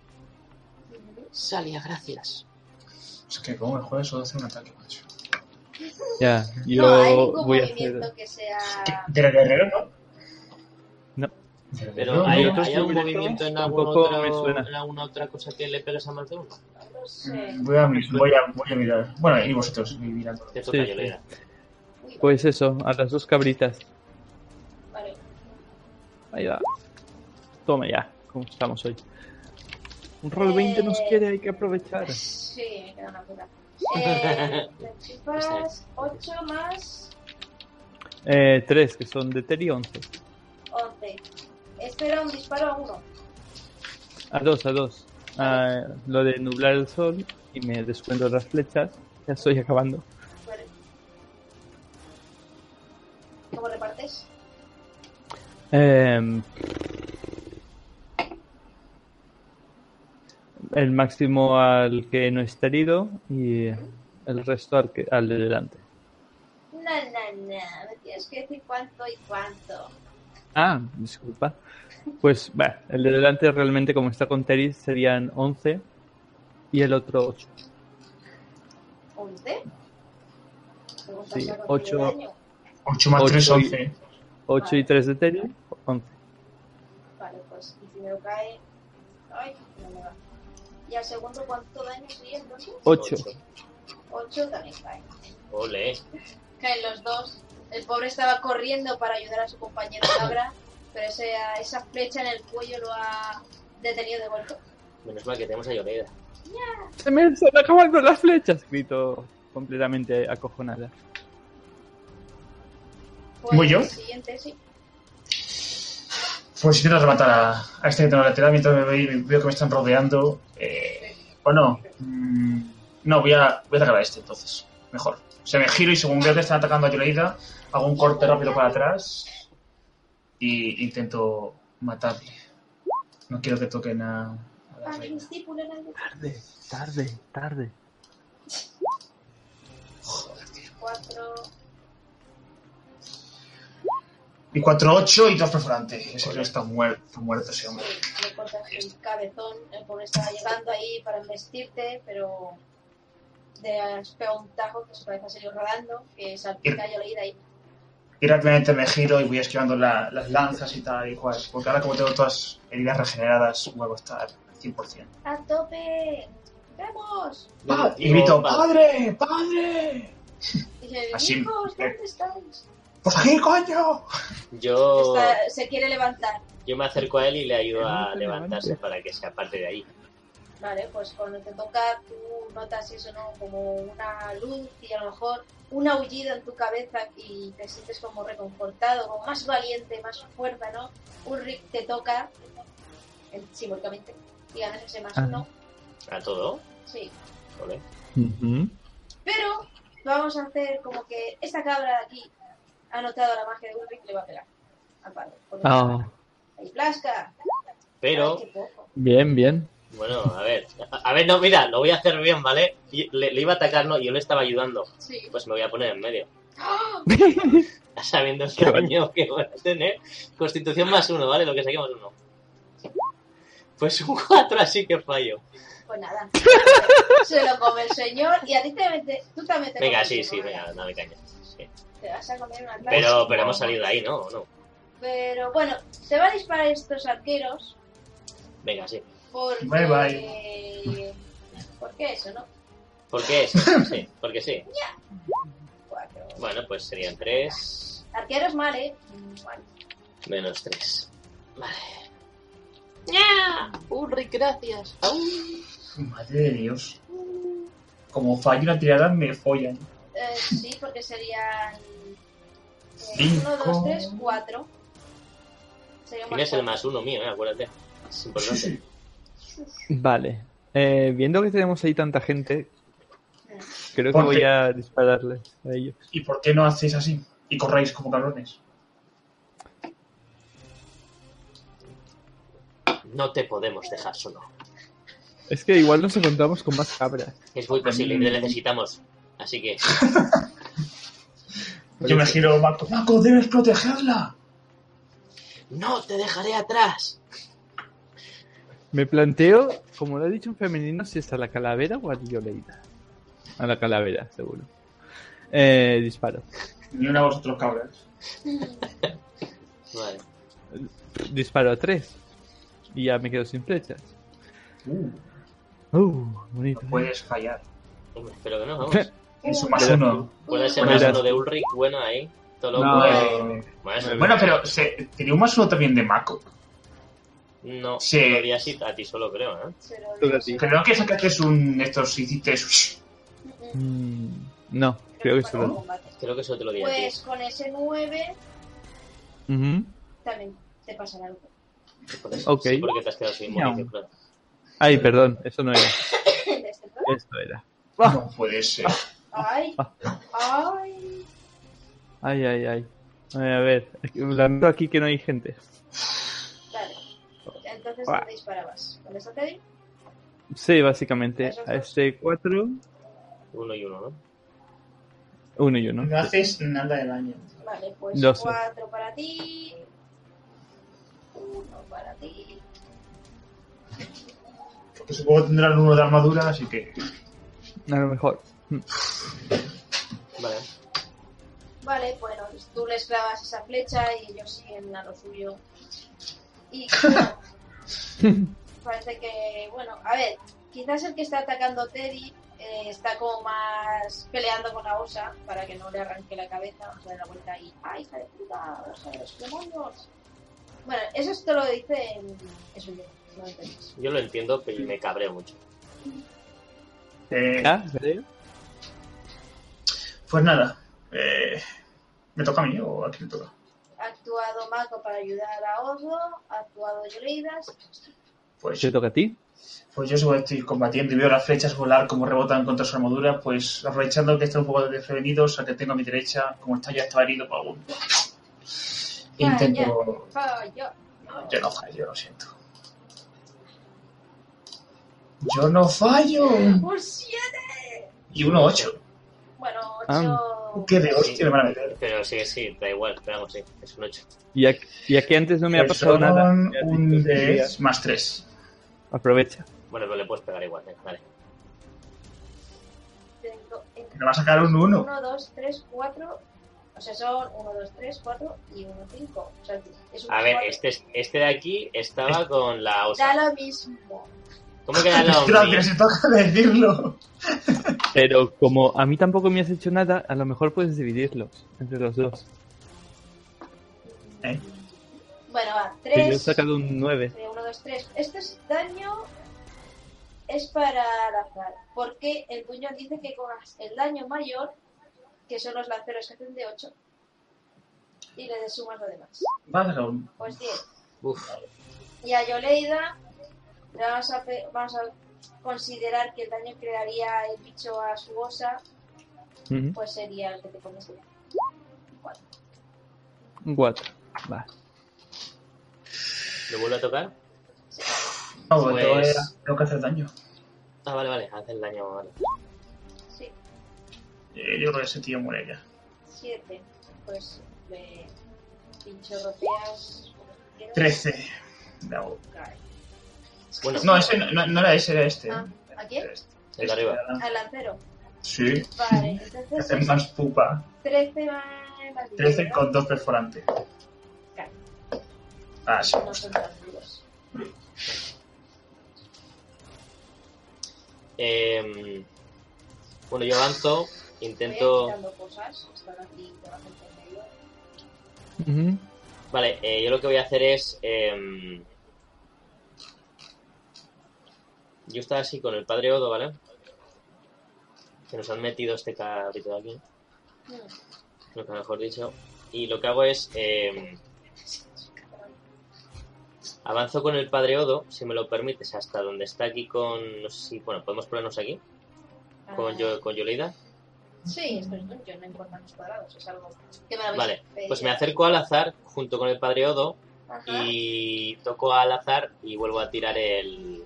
Salia, gracias. Es que como el jueves solo hace un ataque, macho. Ya, yo no hay ningún voy a hacer. movimiento que sea. Del guerrero, ¿no? No. Del Pero guerrero, ¿hay, no. Nosotros ¿hay algún directos movimiento en, algún tampoco otro- me suena. en alguna otra cosa que le pegues a más de uno? No sé. Voy a, voy, a, voy a mirar. Bueno, y vosotros, voy mirando. Te toca, Sí, yo le sí. digo. Uy, Pues eso, a las dos cabritas. vale. Ahí va. Toma ya, como estamos hoy. Un rol 20 nos Eh. quiere, hay que aprovechar. Sí, me queda una puta. Eh, me chupas 8 más Eh, tres, que son de Terry, 11. 11. Este era un disparo a 1. A dos, a dos. Ah, lo de nublar el sol y me descuento las flechas. Ya estoy acabando. Vale. ¿Cómo repartes? Eh, el máximo al que no está herido y el resto al, que, al de delante. Na, na, na. Me tienes que decir cuánto y cuánto. Ah, disculpa. Pues va, el de delante realmente como está con Teris serían 11 y el otro 8. 11. Sí, ocho. 8 más 3, Ocho y- 11. 8 y 3 de Teris, 11. Vale, pues el primero cae. Ay, no me va. ¿Y al segundo cuánto daño sería entonces? 8. Ocho. 8 también cae. Ole. Caen los dos. El pobre estaba corriendo para ayudar a su *coughs* compañero Cabra, pero ese- esa flecha en el cuello lo ha detenido de golpe. Menos mal que tenemos a Yoleida. Se me están acabando las flechas, grito completamente acojonada. Pues ¿Voy yo? el siguiente, sí. Pues si intentas matar a, a este que tengo lateral mientras me voy- veo que me están rodeando. Eh, o no. Mm, no, voy a, voy a atacar a este entonces. Mejor. O sea, me giro y según veo que están atacando a Yoleida, hago un corte rápido para atrás y intento matarle. No quiero que toquen a, a la Ah, mi reina. discípulo era el Tarde, tarde, tarde. 4. Y 4-8 y 2 perforante. Ese creo que está muerto, está muerto ese hombre. Le cortas el cabezón. El pobre estaba llegando ahí para embestirte, pero le has pegado un tajo que su cabeza salió rodando, que salpica Eh. y oída ahí. Y rápidamente me giro y voy esquivando la- las lanzas y tal y cual. Porque ahora como tengo todas heridas regeneradas, vuelvo a estar al 100%. ¡A tope! ¡Vamos! Pa- Yo Ah, Y grito, digo, va, ¡Padre! ¡Padre! Y le digo, Así- hijos, ¿dónde estáis? ¡Pues aquí, coño! Yo, Está- se quiere levantar. yo me acerco a él y le ayudo a levantarse para que se aparte de ahí. Vale, pues cuando te toca tú notas eso, ¿no? Como una luz y a lo mejor un aullido en tu cabeza y te sientes como reconfortado, como más valiente, más fuerte, ¿no? Ulrich te toca eh, simbólicamente y ganas ese más Ah. no. ¿A todo? Sí. Vale. Pero vamos a hacer como que esta cabra de aquí ha notado la magia de Ulrich y le va a pegar. Al palo. Con una Ah, vara. Ahí, plasca. Pero, Ay, qué poco. bien, bien. bueno, a ver. A ver, no, mira, lo voy a hacer bien, ¿vale? Y Le, le iba a atacar, ¿no? Yo le estaba ayudando. Sí. Pues me voy a poner en medio. ¡Ah! *laughs* Sabiendo el daño que voy a tener. Constitución más uno, ¿vale? Lo que saquemos uno. Pues un 4 así que fallo. Pues nada. *laughs* Se lo come el señor y a ti te mete, tú también te Venga, comes sí, uno, sí, ¿verdad? venga, dame caña. Sí. Te vas a comer una clase. Pero, pero hemos salido ¿eh? de ahí, ¿no? ¿O no? Pero bueno, se van a disparar estos arqueros Venga, sí. porque... Bye, Porque eso, ¿no? ¿Por qué eso? Sí, porque sí. Cuatro. Bueno, pues serían 3 Arqueros mal, ¿eh? Mm, Mal. menos 3. Vale. Ah. ¡Ya! Ulrich, gracias. Au. Madre de Dios. Como fallo una tirada, me follan. Eh, sí, porque serían... eh, Cinco. 1, 2, 3, 4. Sería un Tienes el cuatro. más uno mío, ¿eh? acuérdate. Es importante. Vale. Eh, viendo que tenemos ahí tanta gente, creo que Ponte. voy a dispararle a ellos. ¿Y por qué no hacéis así? Y corréis como cabrones. No te podemos dejar solo. Es que igual nos encontramos con más cabras. Es muy posible y le necesitamos. Así que, Pues Yo me giro, Marco. ¡Marco, debes protegerla! ¡no te dejaré atrás! Me planteo, como lo ha dicho en femenino, si está la calavera o a Dioleida. A la calavera, seguro. Eh, disparo. Ni una a vosotros, cabrones. Vale. Disparo a tres. Y ya me quedo sin flechas. Uh, Uh, no bonito. ¿eh? puedes fallar. Hombre, espero que no, *laughs* vamos. Es un más uno. Puede ser Bueno, más ya. uno de Ulrich, bueno ahí. Todo loco. No, eh. Eh, Bueno, bueno, pero se, tenía un más uno también de Mako. no, Sí. no diría así a ti solo creo, ¿eh? Se lo Tú de digo. ti. Pero no que sacaste un. Estos hiciste. Mm, *laughs* Mm, no, creo que para un solo. combate. Creo que eso te lo diría a Pues ti. con ese 9 Ujú. también te pasará algo. *laughs* Por eso. ok. Sí, porque te has quedado sin munición, claro. Ay, perdón, eso no era. Desde el Esto era. No puede ser. este Ay, Ah. ay. Ay, ay, ay. Ay, A ver, lamento aquí que no hay gente. Vale. Entonces Buah. tú te disparabas. ¿Con esta te di? Sí, básicamente. Esos A dos. este 4, Uno y uno, ¿no? 1 y 1. *laughs* No haces nada de daño. Vale, pues Doce. cuatro para ti. Uno para ti. Porque supongo que tendrán uno de armadura, así que. A lo mejor. Vale. Vale, bueno, pues tú les clavas esa flecha y ellos siguen a lo suyo. Y bueno, parece que, bueno, a ver, quizás el que está atacando a Teddy eh, está como más peleando con la osa para que no le arranque la cabeza, vamos a dar la vuelta y ¡ay, hija de puta! ¡Osa de los demonios! Bueno, eso te lo dice en... Eso yo, no lo entendéis. Yo lo entiendo, pero me cabreo mucho. Eh, ¿Ya? ¿Vale? Pues nada. Eh, ¿Me toca a mí o a quién me toca? Ha actuado Mako para ayudar a Oslo, ha actuado Yoridas, Pues, ¿Te toca a ti? pues yo seguro que estoy combatiendo y veo las flechas volar como rebotan contra su armadura, pues aprovechando que está un poco desprevenido, o sea que tengo a mi derecha, como está ya está herido por algún. Intento. falló. Yo no fallo, lo siento. Yo no fallo. ¡Por siete! Y uno ocho. Bueno, Ah. ocho... Qué de Sí, hostia me van a meter. pero sí, sí, da igual, esperamos, sí. Es un 8. Y aquí, y aquí antes no me ha Pues pasado nada. son Me has Un dicho que quería- 10 más 3. Aprovecha. Bueno, pero le puedes pegar igual, venga, vale. Tengo- Me va a sacar un 1. 1, 2, 3, 4. O sea, son 1, 2, 3, 4 y 1, 5. O sea, es un A ver, cuatro. este, este de aquí estaba con la Da osa. lo mismo. ¿Cómo queda *laughs* la Gracias, Omni? se toca decirlo. Pero como a mí tampoco me has hecho nada, a lo mejor puedes dividirlos entre los dos. ¿Eh? Bueno, va, Que yo he 3. sacado un 9. 1, 2, 3. Este es daño. Es para al azar. Porque el puñal dice que cojas el daño mayor, que son los lanceros que hacen de 8. Y le sumas lo demás. Vale, Raúl. Pues 10. Uf, Y a Yoleida le vamos a, pe- vamos a considerar que el daño que le daría el bicho a su osa Ujú. pues sería el que te pones tú. Un 4. Va. ¿lo vuelvo a tocar? No, Pues- tengo que- tengo que hacer daño. Ah, vale, vale, haz el daño, vale. Sí, Eh, yo creo que ese tío muere ya. 7. Pues le pincho ropeas. como quieras. 13. Le hago- Cae. Bueno, No, ese no, no- no era ese, era este. Ah, ¿a quién? Este, el de arriba. era- Al lancero. Sí. Vale, Que entonces Hacen más pupa. 13 más. más 13 diez, con dos perforantes. Claro. Ah, sí. ¿no? No son tan duros. Eh, bueno, yo avanzo, Voy intento... quitando cosas. Están aquí, te bajan por medio. Ujú. Vale, eh, yo lo que voy a hacer es... eh, yo estaba así con el padre Odo, ¿vale? Que nos han metido este cabrito de aquí. Mm, lo que mejor dicho. Y lo que hago es. eh, avanzo con el padre Odo, si me lo permites, hasta donde está aquí con. No sé si. Bueno, podemos ponernos aquí, ah, con, yo, con Yoleida. Sí, esto es dungeon, no importan los cuadrados, es algo que me lo habéis Vale, pedido. Pues me acerco al azar junto con el padre Odo Ajá, y toco al azar y vuelvo a tirar el,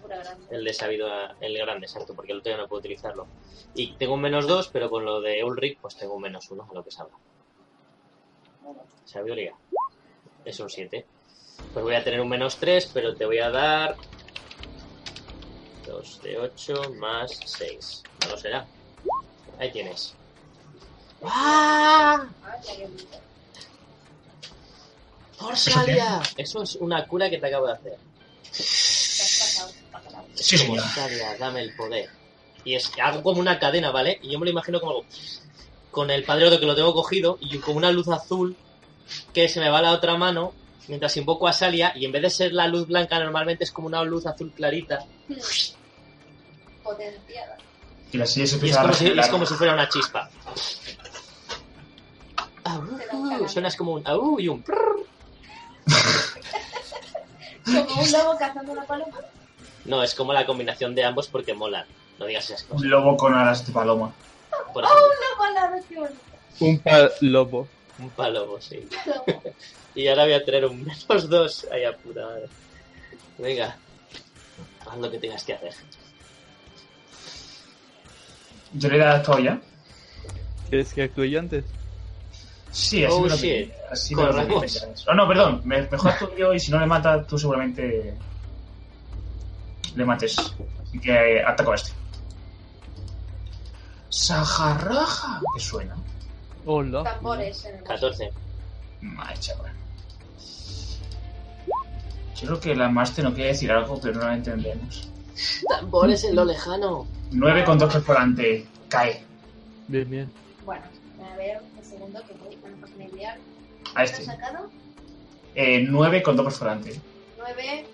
pura grande. el de sabido, el grande, exacto, porque el otro ya no puedo utilizarlo. Y tengo un menos dos, pero con lo de Ulrich, pues tengo un menos uno a lo que salga. Sabiduría. Es un 7. Pues voy a tener un menos 3, pero te voy a dar 2 de 8 más 6. No lo será. Ahí tienes. ¡Ah! Ah, ya que bonito. ¡Orsalia! Eso es una cura que te acabo de hacer. Te has pasado, bacalao. Sí, como señor. Orsalia, dame el poder. Y es hago como una cadena, ¿vale? Y yo me lo imagino como algo. Con el padre Odo que lo tengo cogido y con una luz azul que se me va a la otra mano mientras invoco a Salia y en vez de ser la luz blanca normalmente es como una luz azul clarita Potenciada. Y la silla Y es se empieza a como, si, regenerar. es como si fuera una chispa. Au, da un calor. suenas como un au y un prrr. Como un lobo cazando una paloma. No, es como la combinación de ambos porque molan. No digas esas cosas. Un lobo con alas de paloma. Por ejemplo, Una palabra que bonito. Un pa- lobo. un palomo, sí. Lobo. Oh. Y ahora voy a tener un menos dos. Ahí apura. madre. Venga. Haz lo que tengas que hacer. Yo le he dado esto ya. ¿Quieres que actúe yo antes? Sí, así Oh, me lo shit. pedí. Así me lo Corremos. pedí. Oh, no, perdón. me- Mejor tú yo y si no le matas, tú seguramente le mates. Así que eh, ataco a este. Sajarraja. ¿Qué suena? Hola. Tambores en el 14. Madre chaval. Yo creo que la Master no quiere decir algo, pero no la entendemos. Tambores en lo lejano. 9 con 2 perforante. Cae. Bien, bien. *laughs* Bueno, a ver un segundo que voy con familiar. A ¿Has este. sacado? Eh, 9 con 2 perforante. 9,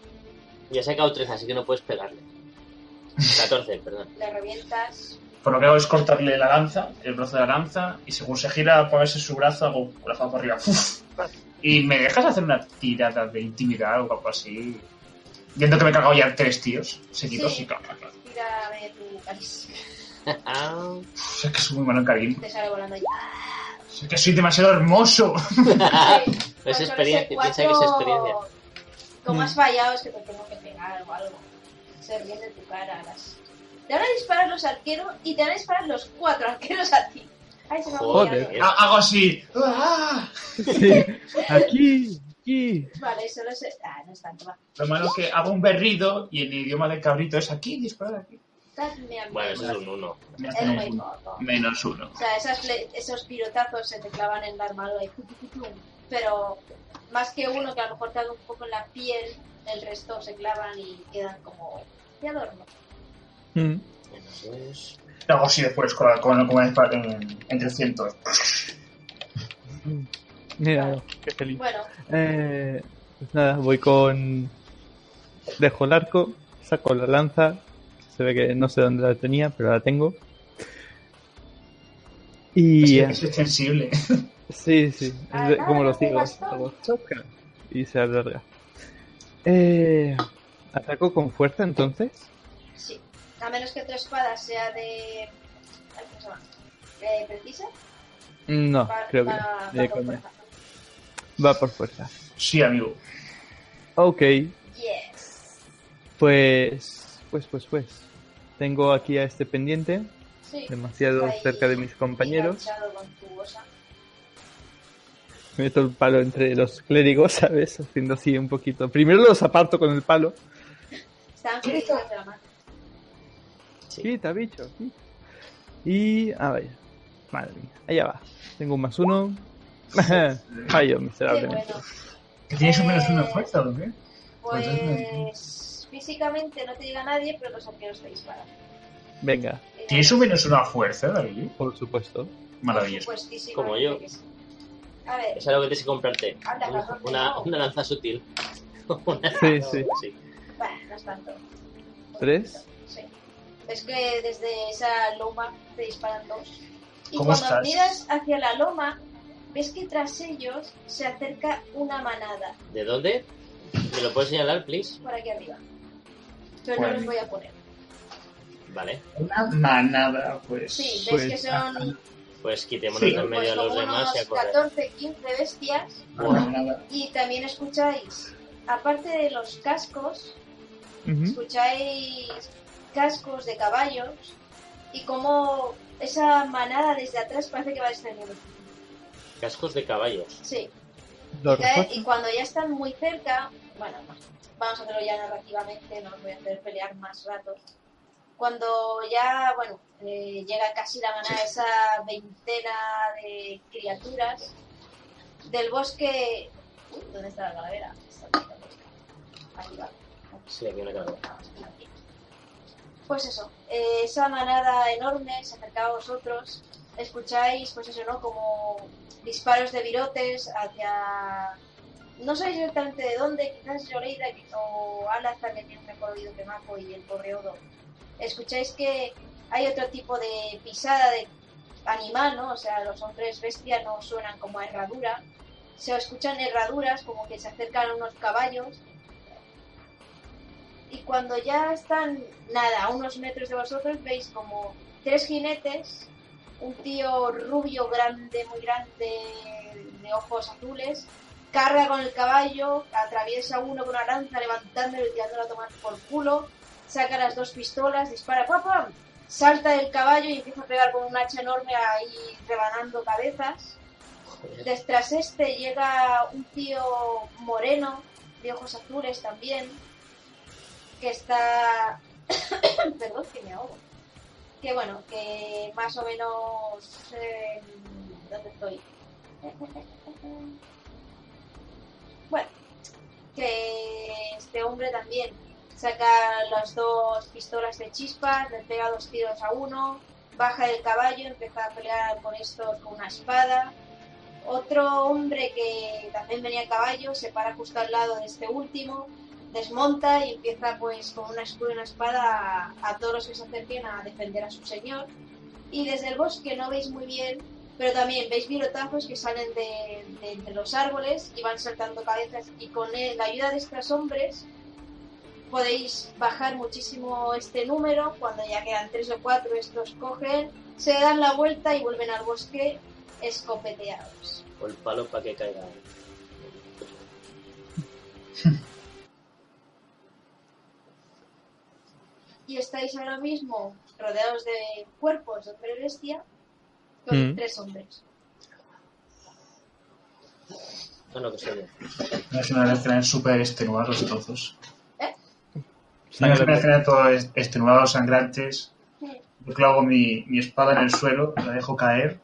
Ya he sacado 13, así que no puedes pegarle. 14, perdón. *laughs* le revientas. Por lo que hago es cortarle la lanza, el brazo de la lanza, y según se gira a ponerse su brazo, hago la fama para arriba. ¡Uf! Y me dejas hacer una tirada de intimidad o algo así. Viendo que me he cargado ya tres tíos seguidos. Sí. y clac, clac, clac. Tira de tu carisma. Ah. Sé que soy muy malo en Karim. Te sale volando ahí. Sé que soy demasiado hermoso. Ah. No es Con experiencia, ese Pues piensa que es cuatro, experiencia. Como has fallado es que te tengo que pegar o algo. Se ríen de tu cara. Las... Te van a disparar los arqueros y te van a disparar los cuatro arqueros a ti. Ay, se me ha Joder. olvidado. Ha- Hago así. ¡Ah! Sí. Aquí, aquí. Vale, solo se... Ah, no es tanto, va. Lo malo es que hago un berrido y el idioma del cabrito es aquí, disparar aquí. Dadme a mí. Bueno, eso es un 1. Me Es hacen muy un poco. menos uno. O sea, esas fle- esos pirotazos se te clavan en la armadura y tum, tum, tum, tum. Pero más que uno que a lo mejor te da un poco en la piel, el resto se clavan y quedan como de adorno. Mm. Menos 2. Lo hago así después con, la- con, con el espa- en, en 300. Mira, qué feliz. Bueno, Eh, pues nada, voy con. Dejo el arco, saco la lanza. Se ve que no sé dónde la tenía, pero la tengo. Y. Es, es sensible. Sí, sí, es de- Ah, como no los te ciegos. bastó. Hago choca Y se alarga. Eh, ¿Ataco con fuerza entonces? sí. A menos que tu espada sea de. ay, ¿Cómo se llama? ¿De precisa? No, va- Ah, creo que va- no. va Ni de con coña. fuerza. Va por fuerza. Sí, amigo. Ok, Yes. pues. Pues, pues, pues. Tengo aquí a este pendiente, Sí. demasiado Ahí, cerca de mis compañeros. enganchado con tu osa. meto el palo entre los clérigos, ¿sabes? Haciendo así un poquito. Primero los aparto con el palo. Estaban felices de la mano. Sí. Quita, bicho. quita. Y. Ah, vaya. Madre mía. Allá va. Tengo un más uno. *laughs* Fallo, Qué miserablemente. bueno. ¿Que tienes un menos uno de Eh, fuerza o qué? Pues físicamente no te llega nadie, pero los arqueros te disparan. Venga, ¿Tienes un menos uno a fuerza, David? por supuesto. Maravilloso. Supuestísimamente Como yo. pues que sí. A ver, Eso es lo que tienes que comprarte. Anda, Una- cabrón, Una, no. una lanza sutil. *laughs* Sí, sí. Sí. bah, no es tanto. ¿Tres? Sí. Ves que desde esa loma te disparan dos. Y ¿Cómo cuando estás? miras hacia la loma, ves que tras ellos se acerca una manada ¿De dónde? ¿Me lo puedes señalar, please? por aquí arriba. Pero Bueno. no los voy a poner. Vale. Una manada, pues. pues Sí, ves Pues, que son Pues quitémonos Sí. de en medio pues, a los como demás unos y a correr. 14, 15 bestias. Una manada. Y también escucháis, aparte de los cascos, Ujú. escucháis cascos de caballos y cómo esa manada desde atrás parece que va descendiendo. Cascos de caballos. Sí. Los Y cae- refuerzos. y cuando ya están muy cerca, bueno, vamos a hacerlo ya narrativamente, no os voy a hacer pelear más rato. Cuando ya, bueno, eh, llega casi la manada, esa veintena de criaturas del bosque. Uy, ¿Dónde está la calavera? Está aquí la bosque. Aquí va. Sí, aquí una calavera. Pues eso, eh, esa manada enorme se acercaba a vosotros. Escucháis, pues eso, ¿no? Como disparos de virotes hacia. No sabéis exactamente de dónde, quizás Yoreida que- o Alazar que tiene un mejor oído que Majo y el pobre Odo. Escucháis que hay otro tipo de pisada de animal, ¿no? O sea, los hombres bestias no suenan como a herradura. Se escuchan herraduras, como que se acercan unos caballos y cuando ya están, nada, a unos metros de vosotros, veis como tres jinetes, un tío rubio grande, muy grande, de ojos azules, carga con el caballo, atraviesa uno con una lanza, levantándolo y tirándolo a tomar por culo, saca las dos pistolas, dispara, ¡pam, pam! Salta del caballo y empieza a pegar con un hacha enorme ahí rebanando cabezas. Joder. Detrás este llega un tío moreno, de ojos azules también, que está... *coughs* Perdón, que me ahogo. Que bueno, que más o menos... eh, ¿Dónde estoy? Bueno, que este hombre también saca las dos pistolas de chispas, le pega dos tiros a uno, baja del caballo, empieza a pelear con estos con una espada. Otro hombre que también venía a caballo se para justo al lado de este último, desmonta y empieza pues con una escudo y una espada a, a todos los que se acerquen a defender a su señor. Y desde el bosque no veis muy bien, pero también veis virotazos que salen de, de entre los árboles y van saltando cabezas y con el- la ayuda de estos hombres podéis bajar muchísimo este número. Cuando ya quedan tres o cuatro, estos cogen, se dan la vuelta y vuelven al bosque escopeteados. O el palo para que caiga. Y estáis ahora mismo rodeados de cuerpos de hombre bestia con Mm. tres hombres. No, no, que soy yo. No es una escena súper extenuada los trozos. ¿Eh? No es una escena todo est- extenuados, sangrantes. Sí. Yo clavo mi, mi espada en el suelo, la dejo caer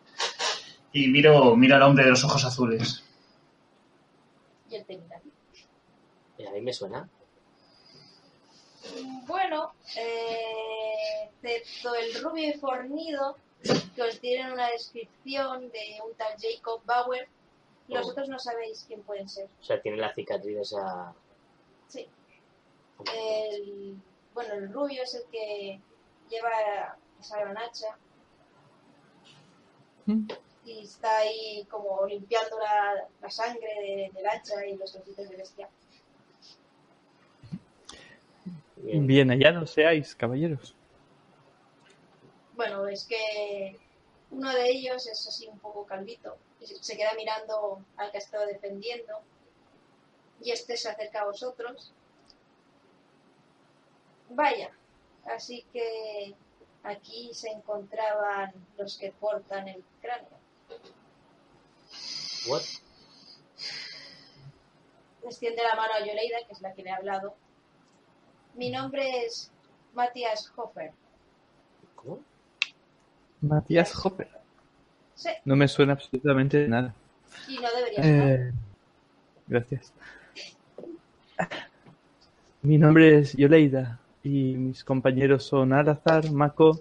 y miro, miro al hombre de los ojos azules. Y él te mira. Eh, A mí me suena. Bueno, eh, excepto el rubio y fornido, que os dieron una descripción de un tal Jacob Bauer, Los otros no sabéis quién pueden ser. O sea, tiene la cicatriz esa. Sí. El, bueno, el rubio es el que lleva esa gran hacha Mm. y está ahí como limpiando la, la sangre de- del hacha y los trocitos de bestia. Bien. Bien, allá no seáis, caballeros. Bueno, es que uno de ellos es así un poco calvito. y se- Se queda mirando al que ha estado defendiendo. Y este se acerca a vosotros. Vaya. Así que aquí se encontraban los que portan el cráneo. What? Extiende la mano a Yoleida, que es la que le ha hablado. Mi nombre es Matías Hofer. ¿Cómo? Matías Hopper. Sí, No me suena absolutamente de nada. y no debería sonar. Eh, gracias. Mi nombre es Yoleida y mis compañeros son Alazar, Mako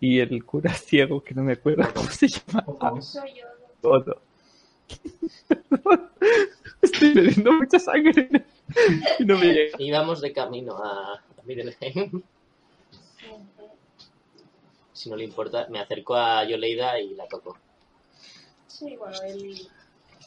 y el cura *laughs* ciego, que no me acuerdo cómo se llama. Soy yo. Godo. *laughs* Estoy bebiendo mucha sangre y no me llega. Íbamos de camino a, a Middelheim. Ujú. *laughs* Si no le importa, me acerco a Yoleida y la toco. Sí, bueno, él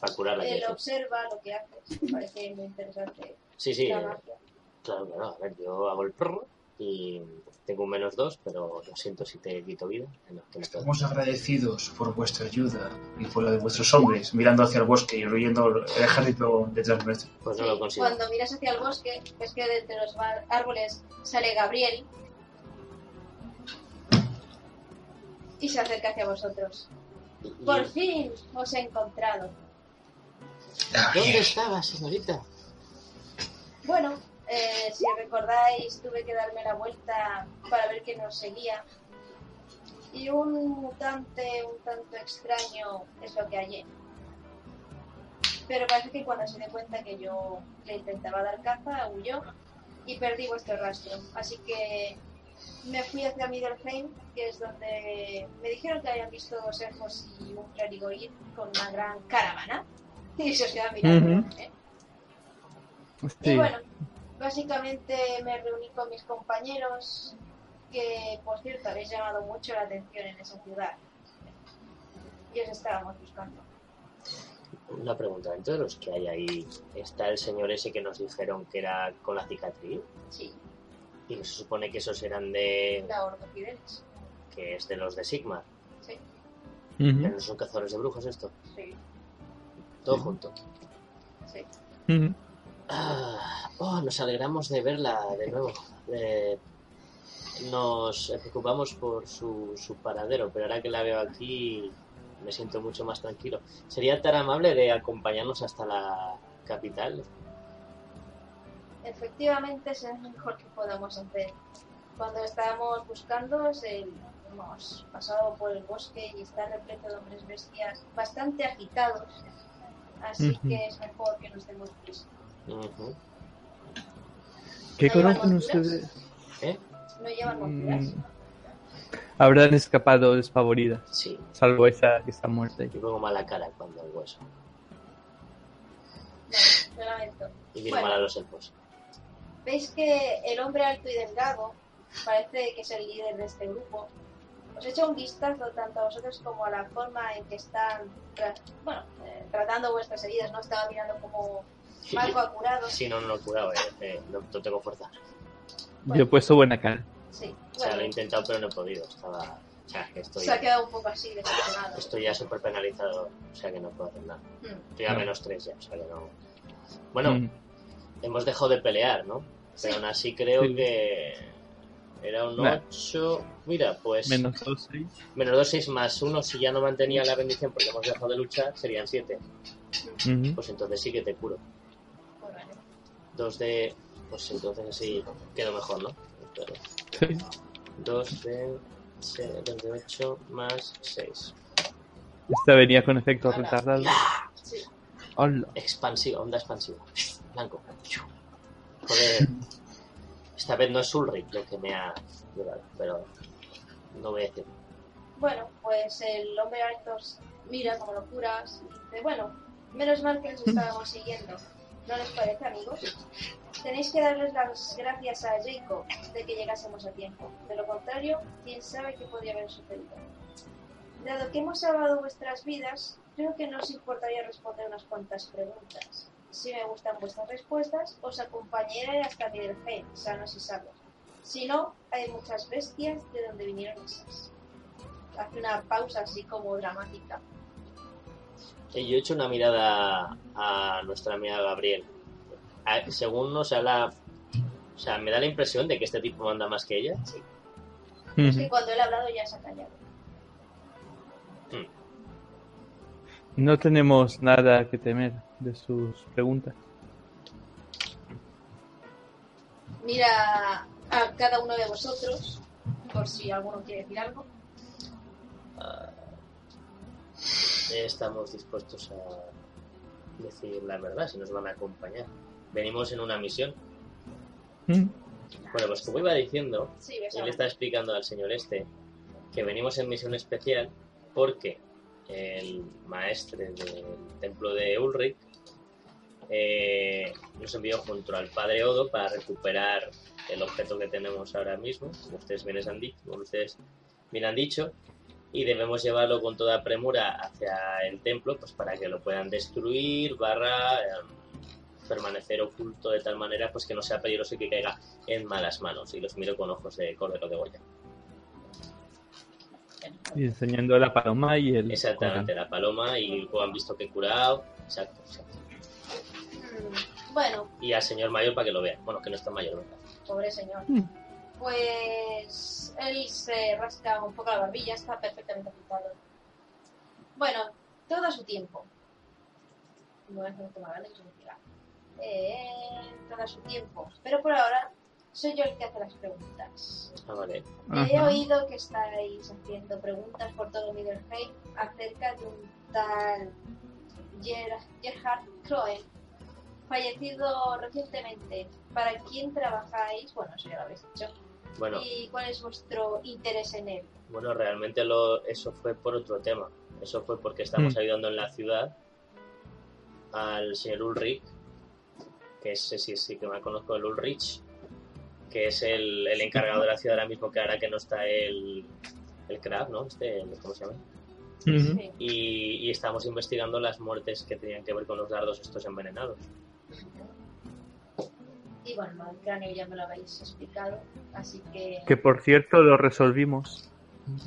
Para curarla. Él quiero decir. observa lo que haces, me parece muy interesante Sí, sí. la eh, magia. Claro, claro. A ver, yo hago el perro y tengo un menos dos, pero lo siento si te quito vida. en los que me toca. Estamos agradecidos por vuestra ayuda y por la de vuestros hombres, mirando hacia el bosque y huyendo el ejército detrás nuestro. Pues no Sí, lo consigo. Cuando miras hacia el bosque, ves que de entre los ba- árboles sale Gabriel y se acerca hacia vosotros. Y- y- Por fin os he encontrado. ¿Dónde estaba, señorita? Bueno, eh, si recordáis, tuve que darme la vuelta para ver quién nos seguía. Y un mutante un tanto extraño es lo que hallé. Pero parece que cuando se dio cuenta que yo le intentaba dar caza, huyó y perdí vuestro rastro. Así que me fui hacia Middelheim, que es donde me dijeron que habían visto dos elfos y un clérigo ir con una gran caravana. *laughs* Y se os queda mirando. Ujú. ¿eh? Y Sí, bueno, básicamente me reuní con mis compañeros, que por cierto habéis llamado mucho la atención en esa ciudad. Y os estábamos buscando. Una pregunta, dentro de los que hay ahí, ¿está el señor ese que nos dijeron que era con la cicatriz? Sí, Y se supone que esos eran de... la Ordo Fidelis. que es de los de Sigma. Sí, Pero Ujú, no son cazadores de brujas esto. sí, Todo Sí. junto. sí. ujú. Ah, oh, nos alegramos de verla de nuevo. Eh, nos preocupamos por su, su paradero, pero ahora que la veo aquí me siento mucho más tranquilo. ¿Sería tan amable de acompañarnos hasta la capital? Efectivamente es lo mejor que podamos hacer. Cuando estábamos buscando, se- hemos pasado por el bosque y está repleto de hombres bestias bastante agitados. Así Ujú. que es mejor que nos demos prisa. Ujú. ¿Qué ¿No llevan conocen monturas? ustedes? ¿Eh? No llevan monturas. Mm, Habrán escapado despavoridas, Sí, salvo esa que está muerta. ahí. yo pongo mala cara cuando hago eso. Vale, lo lamento. Y viene Bueno. mal a los elfos. Veis que el hombre alto y delgado parece que es el líder de este grupo. Os echo un vistazo tanto a vosotros como a la forma en que están tra- bueno, eh, tratando vuestras heridas. No estaba mirando como Marco ha curado. *laughs* Si no, no lo he curado, eh, eh, no, no tengo fuerza. Yo he puesto buena cara. Sí, O sea, lo he bueno, intentado, pero no he podido. Estaba. O sea, que estoy, se ha quedado un poco así decepcionado. estoy ya súper penalizado. O sea, que no puedo hacer nada. Mm, Estoy a Mm. menos 3 ya, o sea que no. Bueno, Mm, hemos dejado de pelear, ¿no? Sí, Pero aún así creo Sí. que. Era un Nah. 8. Mira, pues. Menos dos, seis. menos 2, 6 más 1. Si ya no mantenía la bendición porque hemos dejado de luchar, serían 7. Ujú. Pues entonces sí que te curo. pues vale. 2 de. Pues entonces así quedó mejor, ¿no? Pero- *laughs* Sí. 2 de. 8 más 6. Esta venía con efecto Ala. retardado. Sí. Hola. Expansiva, onda expansiva. Blanco. Joder. Esta vez no es Ulrich lo que me ha llevado, pero no voy a decir. Bueno, pues el hombre alto os mira como locuras y dice, bueno, Menos mal que les estábamos siguiendo. ¿No les parece, amigos? Tenéis que darles las gracias a Jacob de que llegásemos a tiempo. De lo contrario, quién sabe qué podría haber sucedido. Dado que hemos salvado vuestras vidas, creo que no os importaría responder unas cuantas preguntas. Si me gustan vuestras respuestas, os acompañaré hasta Nidelfen, sanos y salvos. Si no, hay muchas bestias de donde vinieron esas. Hace una pausa así como dramática. Eh, Yo he hecho una mirada a nuestra amiga Gabriel. A- según nos habla... O sea, me da la impresión de que este tipo manda más que ella. Es que cuando él ha hablado ya se ha callado. No tenemos nada que temer de sus preguntas. Mira a cada uno de vosotros, por si alguno quiere decir algo. Eh, Estamos dispuestos a decir la verdad, si nos van a acompañar. Venimos en una misión. Mm. Bueno, pues como iba diciendo, Sí, ves Él está explicando al señor este que venimos en misión especial porque el maestre del templo de Ulrich eh, nos envió junto al padre Odo para recuperar el objeto que tenemos ahora mismo, como ustedes bien, les han dicho, como ustedes bien han dicho, y debemos llevarlo con toda premura hacia el templo pues para que lo puedan destruir, barra eh, permanecer oculto de tal manera pues que no sea peligroso y que caiga en malas manos y los miro con ojos de cordero de Goya. Y enseñando la paloma y el. Exactamente, la paloma y luego han visto que he curado. Exacto, exacto. Mm, Bueno, Y al señor mayor para que lo vea. Bueno, que no está mayor, ¿verdad? pobre señor. Mm. Pues él se rasca un poco la barbilla, está perfectamente pintado. Bueno, todo a su tiempo. No es un tema grande, es un tira. Eh, todo a su tiempo. Pero por ahora soy yo el que hace las preguntas. Ah, vale. He Ajá. oído que estáis haciendo preguntas por todo Middleheim acerca de un tal Ger- Gerhard Kroen, fallecido recientemente. ¿Para quién trabajáis? Bueno, eso ya lo habéis dicho. Bueno, ¿Y cuál es vuestro interés en él? bueno, realmente lo, eso fue por otro tema. Eso fue porque estamos Mm. ayudando en la ciudad al señor Ulrich, que es, sí, sí, sí que me conozco el Ulrich, que es el, el encargado de la ciudad ahora mismo, que ahora que no está el, el Crab, ¿no? Este, ¿cómo se llama? Ujú. Sí. y, y estamos investigando las muertes que tenían que ver con los dardos estos envenenados. Mm. Y bueno, el cráneo ya me lo habéis explicado, así que... Que por cierto lo resolvimos.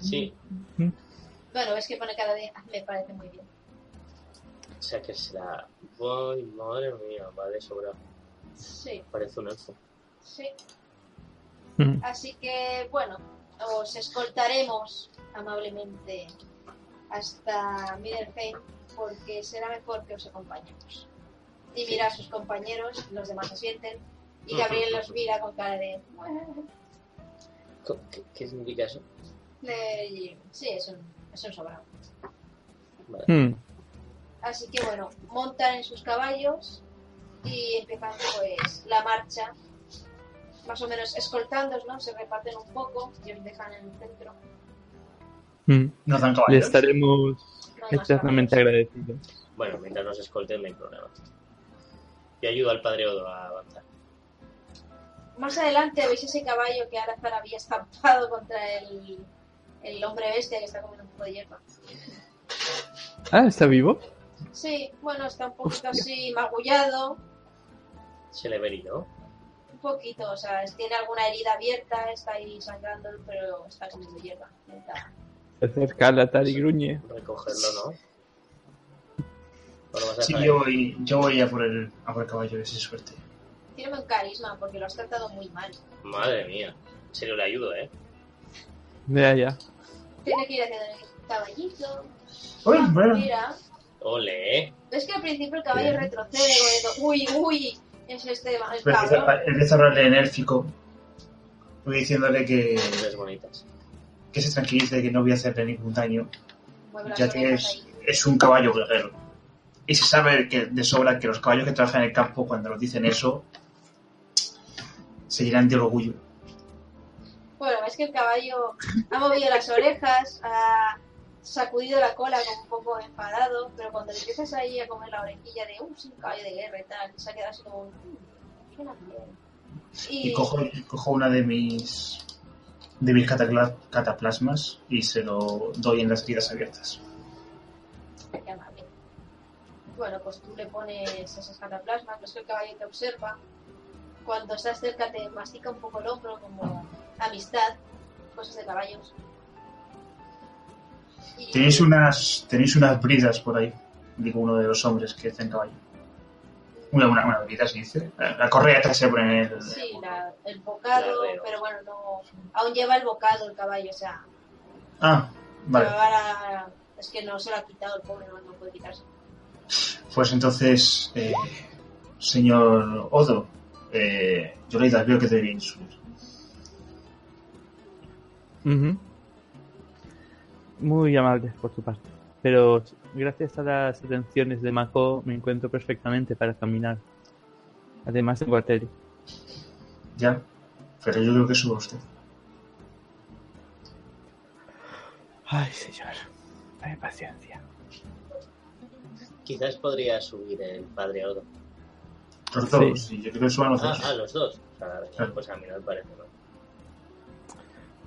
Sí, Bueno, es que pone cada día, me parece muy bien. o sea que será... ¡Ay, madre mía! Va de sobra. Sí, Parece un elfo. sí. Mm. Así que, bueno, os escoltaremos amablemente hasta Middleheim porque será mejor que os acompañemos. Y mira a sus compañeros, los demás asienten, y Gabriel los mira con cara de... "Bueno". Co- ¿Qué, qué significa eso? Le- y- Sí, es un, es un sobrado. Vale. Mm. Así que, bueno, montan en sus caballos y empiezan pues la marcha. Más o menos escoltándonos, ¿no? Se reparten un poco y os dejan en el centro. Mm. Nos dan Le caballos. estaremos No hay más eternamente caballos. agradecidos. Bueno, mientras nos escolten no hay problema. Yo ayudo al padre Odo a avanzar. Más adelante veis ese caballo que Alazar había estampado contra el, el hombre bestia que está comiendo un poco de hierba. Ah, ¿está vivo? Sí, bueno, está un poquito así magullado, Se le ve herido. un poquito, o sea, es- tiene alguna herida abierta, está ahí sangrando, pero está comiendo hierba. Está- Se acerca la tal y gruñe. Recogerlo, ¿no? Bueno, vas a Sí, dejar- yo voy, yo voy a por el, a por el caballo, ese suerte. Tiene buen carisma porque lo has tratado muy mal. Madre mía. En serio le ayudo, ¿eh? Ya, ya. Tiene que ir hacia el caballito. Uy, Ah, bueno. Mira, Ole, ¿eh? ves que al principio el caballo Bien. retrocede, corriendo, uy, uy, es este ma- el Pero Empiezo cabrón. a- empiezo a hablarle enérgico. Voy diciéndole que, Mujeres bonitas. que se tranquilice, que no voy a hacerle ningún daño, Mueve las ya que orejas es, ahí. es un caballo guerrero. Y se sabe que, de sobra que los caballos que trabajan en el campo, cuando nos dicen eso, se llenan de orgullo. Bueno, es que el caballo ha movido las orejas, ha- sacudido la cola como un poco enfadado, pero cuando le empiezas ahí a comer la orejilla de "Uh, un sin caballo de guerra y tal, se ha quedado así como un... "Mm, suena bien". Y cojo, y cojo una de mis de mis catacla- cataplasmas y se lo doy en las heridas abiertas. Qué amable. Bueno, pues tú le pones esas cataplasmas, ves que el caballo te observa. Cuando estás cerca te mastica un poco el hombro como amistad, cosas de caballos. Y- Tenéis unas tenéis unas bridas por ahí, digo uno de los hombres que está en caballo. Una, una, una brida se dice. La la correa esta que se pone en el... Sí, la- el bocado, La veo. pero bueno, no, aún lleva el bocado el caballo, o sea, Ah, vale. llevaba la- es que no se lo ha quitado el pobre, no, no puede quitarse. Pues entonces, eh, señor Odo, eh, Yoleida, veo que debéis subir. Ujú. Muy amable por tu parte. Pero gracias a las atenciones de Mako me encuentro perfectamente para caminar. Además de Guateri. Ya, pero yo creo que suba usted. Ay, señor. Dame paciencia. Quizás podría subir el padre Odo. Los Sí. dos, y yo creo que suban los Ah, dos. ah, los dos. Ah, Ah. pues a mí no me parece mal.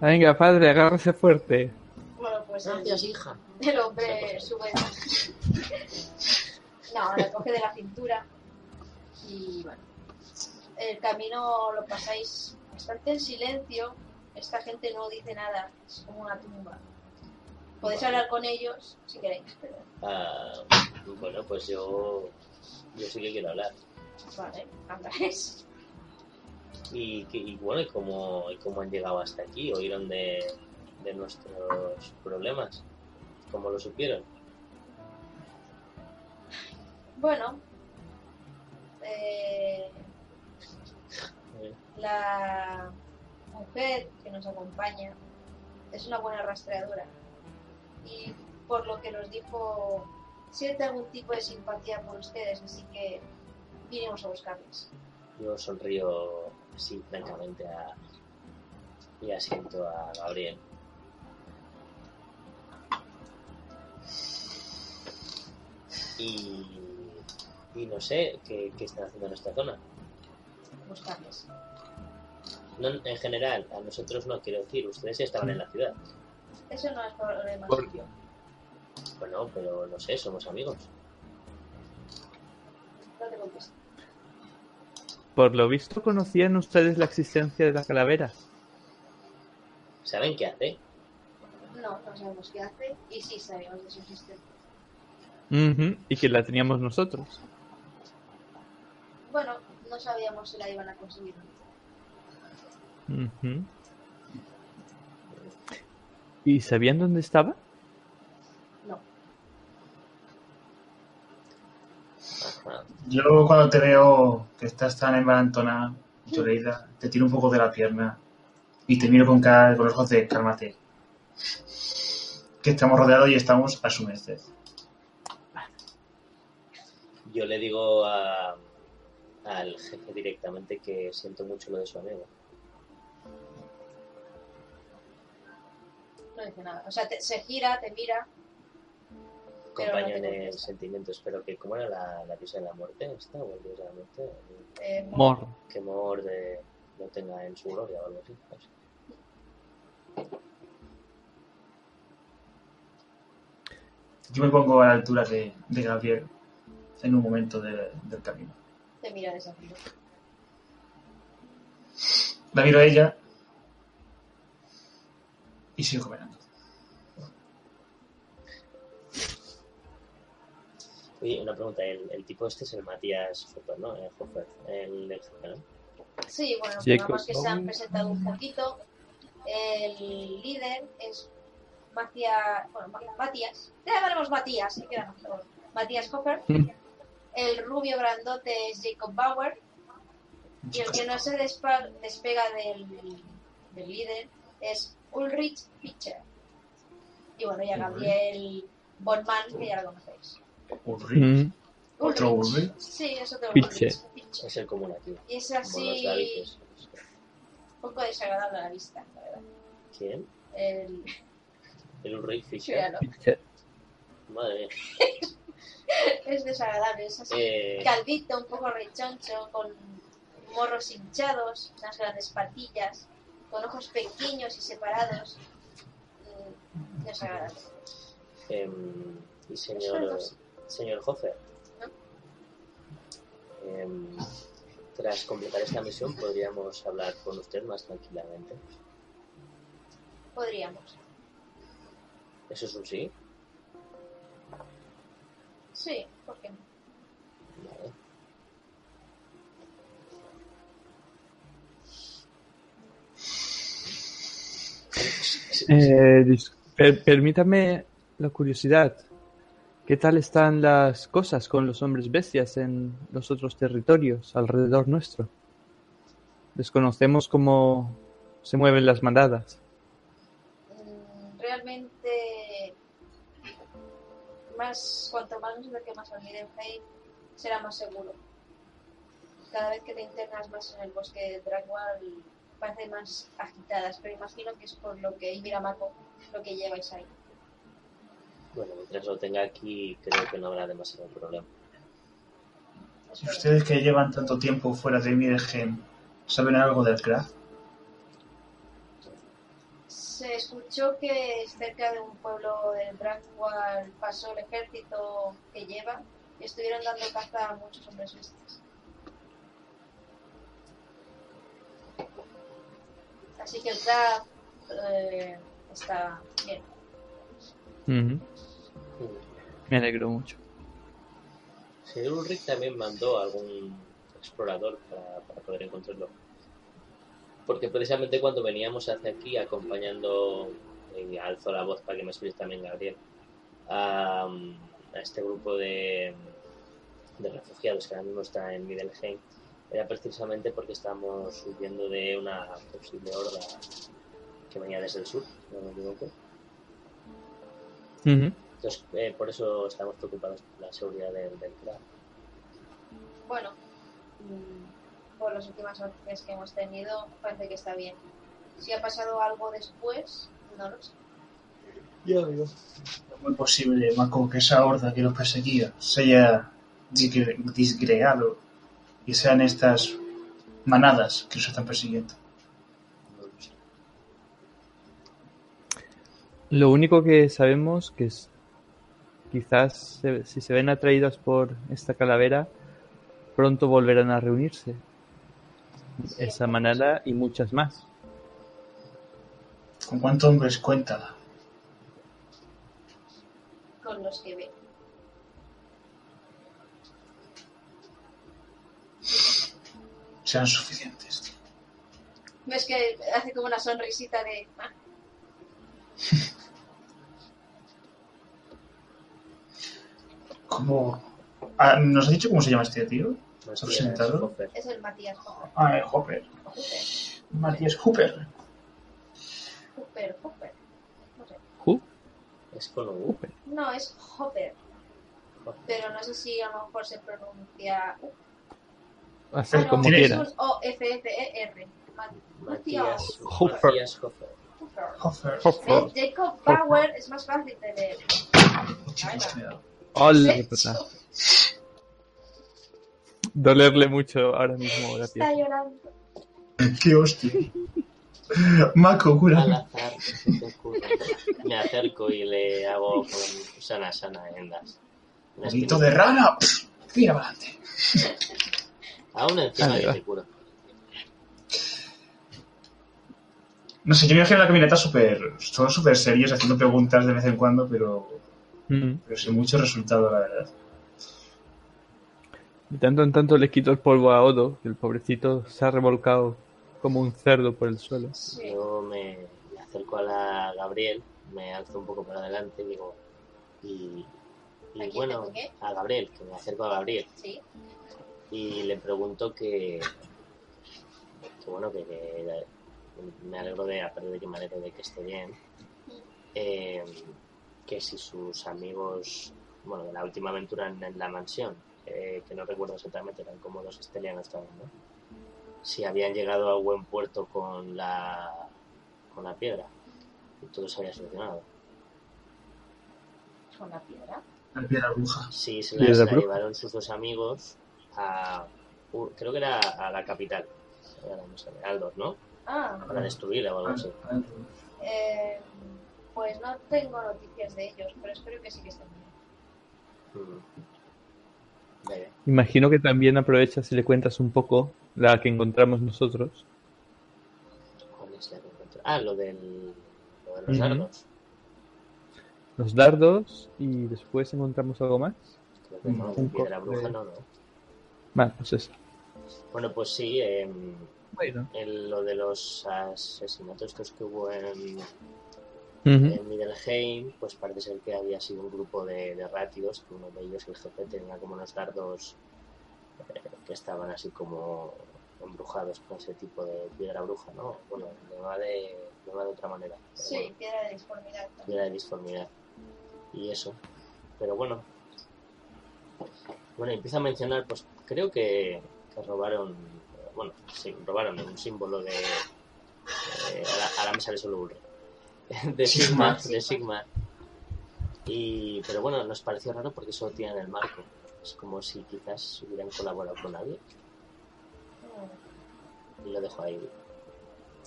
Venga, padre, agárrese fuerte. Bueno, pues el- Gracias, hija. El hombre sube. no, la coge de la cintura. Y bueno. El camino lo pasáis bastante en silencio. Esta gente no dice nada. Es como una tumba. Podéis hablar con ellos si queréis. pero, Ah, bueno, pues yo, yo sí que quiero hablar. vale, habláis. Y, que- y bueno, ¿y cómo, y cómo han llegado hasta aquí? ¿Oíron de, de nuestros problemas? ¿Cómo lo supieron? Bueno. eh, Eh, la mujer que nos acompaña es una buena rastreadora y por lo que nos dijo siente algún tipo de simpatía por ustedes así que vinimos a buscarles Yo sonrío así francamente a, y asiento a Gabriel. Y, y no sé qué, qué están haciendo en esta zona. buscarles No, en general, a nosotros no quiero decir, ustedes ya estaban en la ciudad. eso no es problema Por- suyo Bueno, pero no sé, somos amigos. no te contestes Por lo visto, ¿conocían ustedes la existencia de la calavera? ¿Saben qué hace? no no sabemos qué hace y sí sabemos de su existencia Ujú, Y que la teníamos nosotros. bueno no sabíamos si la iban a conseguir Ujú. ¿Y sabían dónde estaba? no Ajá. Yo cuando te veo que estás tan envalentona, Yoleida, te tiro un poco de la pierna y te miro con, cara, con los ojos de cálmate. Que estamos rodeados y estamos a su merced. Yo le digo a- al jefe directamente que siento mucho lo de su amigo. no dice nada o sea te- se gira te mira Pero no te Acompaño en el contesta. sentimiento. Espero que, ¿cómo era la, la diosa de la muerte? ¿Esta o el dios de la muerte? eh, Mor. Que Morde lo tenga en su gloria o algo así. no sé. Yo me pongo a la altura de, de Gabriel en un momento de- del camino. te mira desafío La miro a ella y sigo caminando. Oye, una pregunta. El, el tipo este es el Matías Hopper, ¿no? El Hopper, el, el jefe, ¿no? Sí, bueno, Jacob digamos que se han Bowen. presentado un poquito. El líder es Matías. Bueno, Ma- Matías. Le llamaremos Matías, si queda mejor. Matías Hopper. Mm. El rubio grandote es Jacob Bauer. Y el que no se despa- despega del, del líder es Ulrich Fischer. Y bueno, ya Gabriel Bonman, que ya lo conocéis. Ulrich. ¿Otro Ulrich. Ulrich? Sí, es otro Fischer. Ulrich. Fischer. Es el común aquí. Y es Como los así Davises. un poco desagradable a la vista, la verdad. ¿Quién? el, El Ulrich *laughs* Fisher. Míralo. Eh, Madre mía. Es desagradable, es así. Eh, Calvito, un poco rechoncho, con morros hinchados, unas grandes patillas, con ojos pequeños y separados. Mm, Desagradable. em, y señor, señor Hoffer. Em, tras completar esta misión podríamos hablar con usted más tranquilamente. Podríamos. Eso es un sí. Sí, ¿por qué no? Vale. Eh, dis- per- permítame la curiosidad. ¿Qué tal están las cosas con los hombres bestias en los otros territorios alrededor nuestro? Desconocemos cómo se mueven las mandadas. Mm, realmente más cuanto más nos acerquemos al Mirenheim será más seguro cada vez que te internas más en el bosque de Dragonwall parece más agitadas pero imagino que es por lo que y Miramaco lo que lleváis ahí Bueno, mientras lo tenga aquí creo que no habrá demasiado problema. Eso ¿Y es. ustedes que llevan tanto tiempo fuera de Mirgen, saben algo del craft? se escuchó que cerca de un pueblo de Dragonwall pasó el ejército que lleva y estuvieron dando caza a muchos hombres bestias Así que el draft eh, está bien. Ujú, Me alegro mucho. Señor Ulrich también mandó a algún explorador para, para poder encontrarlo. Porque precisamente cuando veníamos hacia aquí, acompañando, y alzo la voz para que me escuche también Gabriel, a, a este grupo de, de refugiados que ahora mismo está en Middleheim, era precisamente porque estábamos huyendo de una posible horda que venía desde el sur, si no me equivoco. Ujú. Entonces, eh, por eso estamos preocupados por la seguridad del, del clan. Bueno, mm, por las últimas noticias que hemos tenido, parece que está bien. Si ha pasado algo después, no lo sé. Es muy posible, Mako, que esa horda que los perseguía se haya disgre- disgregado y sean estas manadas que nos están persiguiendo. No lo sé. Lo único que sabemos que es quizás se- si se ven atraídas por esta calavera, pronto volverán a reunirse. Sí, Esa manada y muchas más. ¿Con cuántos hombres cuenta? Con los que ve. Sean suficientes. tío. Ves que hace como una sonrisita de. "Ah, ¿Cómo? Ah, ¿Nos has dicho cómo se llama este tío? No ¿Se ha sé, presentado? es Hoffer. es el Matías Hopper. Ah, eh, Hopper. Hopper, Matías Hooper. Hopper, Hopper. No sé. Ju. Es con U. No, es Hopper. Pero no sé si a lo mejor se pronuncia. Uh, Así ah, no, como tiene- es quieras. un E, O-F-F-E-R. Ma- Matías Hoffer. Matías Hoffer. Hopper. Hopper. Oh. ¿Ves? Jacob Bauer es más fácil de leer. Muchísimo cuidado. Hola, *laughs* De Petra. hecho, Dolerle mucho ahora mismo la Está piel. llorando. ¡Qué hostia! Mako, Al cura. azar, *laughs* que se te ocurra. Me acerco y le hago con sana sana en las. en las Bonito de piernas. rana. Mira para adelante. Aún encima Ahí que va. te curo. No sé, yo viajé en la camioneta súper. Todos súper serios, haciendo preguntas de vez en cuando, pero, Mm. pero sin mucho resultado, la verdad. De tanto en tanto le quito el polvo a Odo, que el pobrecito se ha revolcado como un cerdo por el suelo. Sí. Yo me, me acerco a la Gabriel, me alzo un poco para adelante y digo. Y, y ¿A quién te bueno, toqué? a Gabriel, que me acerco a Gabriel. Sí. y le pregunto que, que bueno que, que me alegro de aparte de que me alegro de que esté bien eh, que si sus amigos bueno de la última aventura en, en la mansión eh, que no recuerdo exactamente eran como dos estelianos también ¿no? si habían llegado a buen puerto con la con la piedra y todo se había solucionado con la piedra? La piedra bruja. Sí, se ¿Y la, el se de la Bruja? llevaron sus dos amigos a. u- creo que era a la capital. Ahora no sé, Aldor, ¿no? Ah, Para destruirla o algo así. eh, pues no tengo noticias de ellos, pero espero que sí que estén bien. Mm. Vaya. Imagino que también aprovechas y le cuentas un poco la que encontramos nosotros. ¿Cuál es la que encuentro? Ah, lo del. Lo de los Ujú. dardos. Los dardos y después encontramos algo más. Creo que no, Un de la cofre. bruja no, no. Vale, pues eso. Bueno, pues sí, em, Bueno. el- lo de los asesinatos estos que hubo en, en Middleheim, Eh, pues parece ser que había sido un grupo de, de ratios, que uno de ellos, el jefe, tenía como unos dardos eh, que estaban así como embrujados con ese tipo de piedra bruja, ¿no? Bueno, le va de, le va de otra manera. pero Sí, bueno, piedra de disformidad. también. piedra de disformidad. Y eso. Pero bueno. Bueno, empieza a mencionar, pues creo que, que robaron, eh, bueno, sí, robaron un símbolo de... eh, ahora, ahora me sale solo un *laughs* de Sigma, Sigma. de Sigma. Y, pero bueno, nos pareció raro porque solo tienen el marco. Es como si quizás hubieran colaborado con nadie. Mm. Y lo dejo ahí.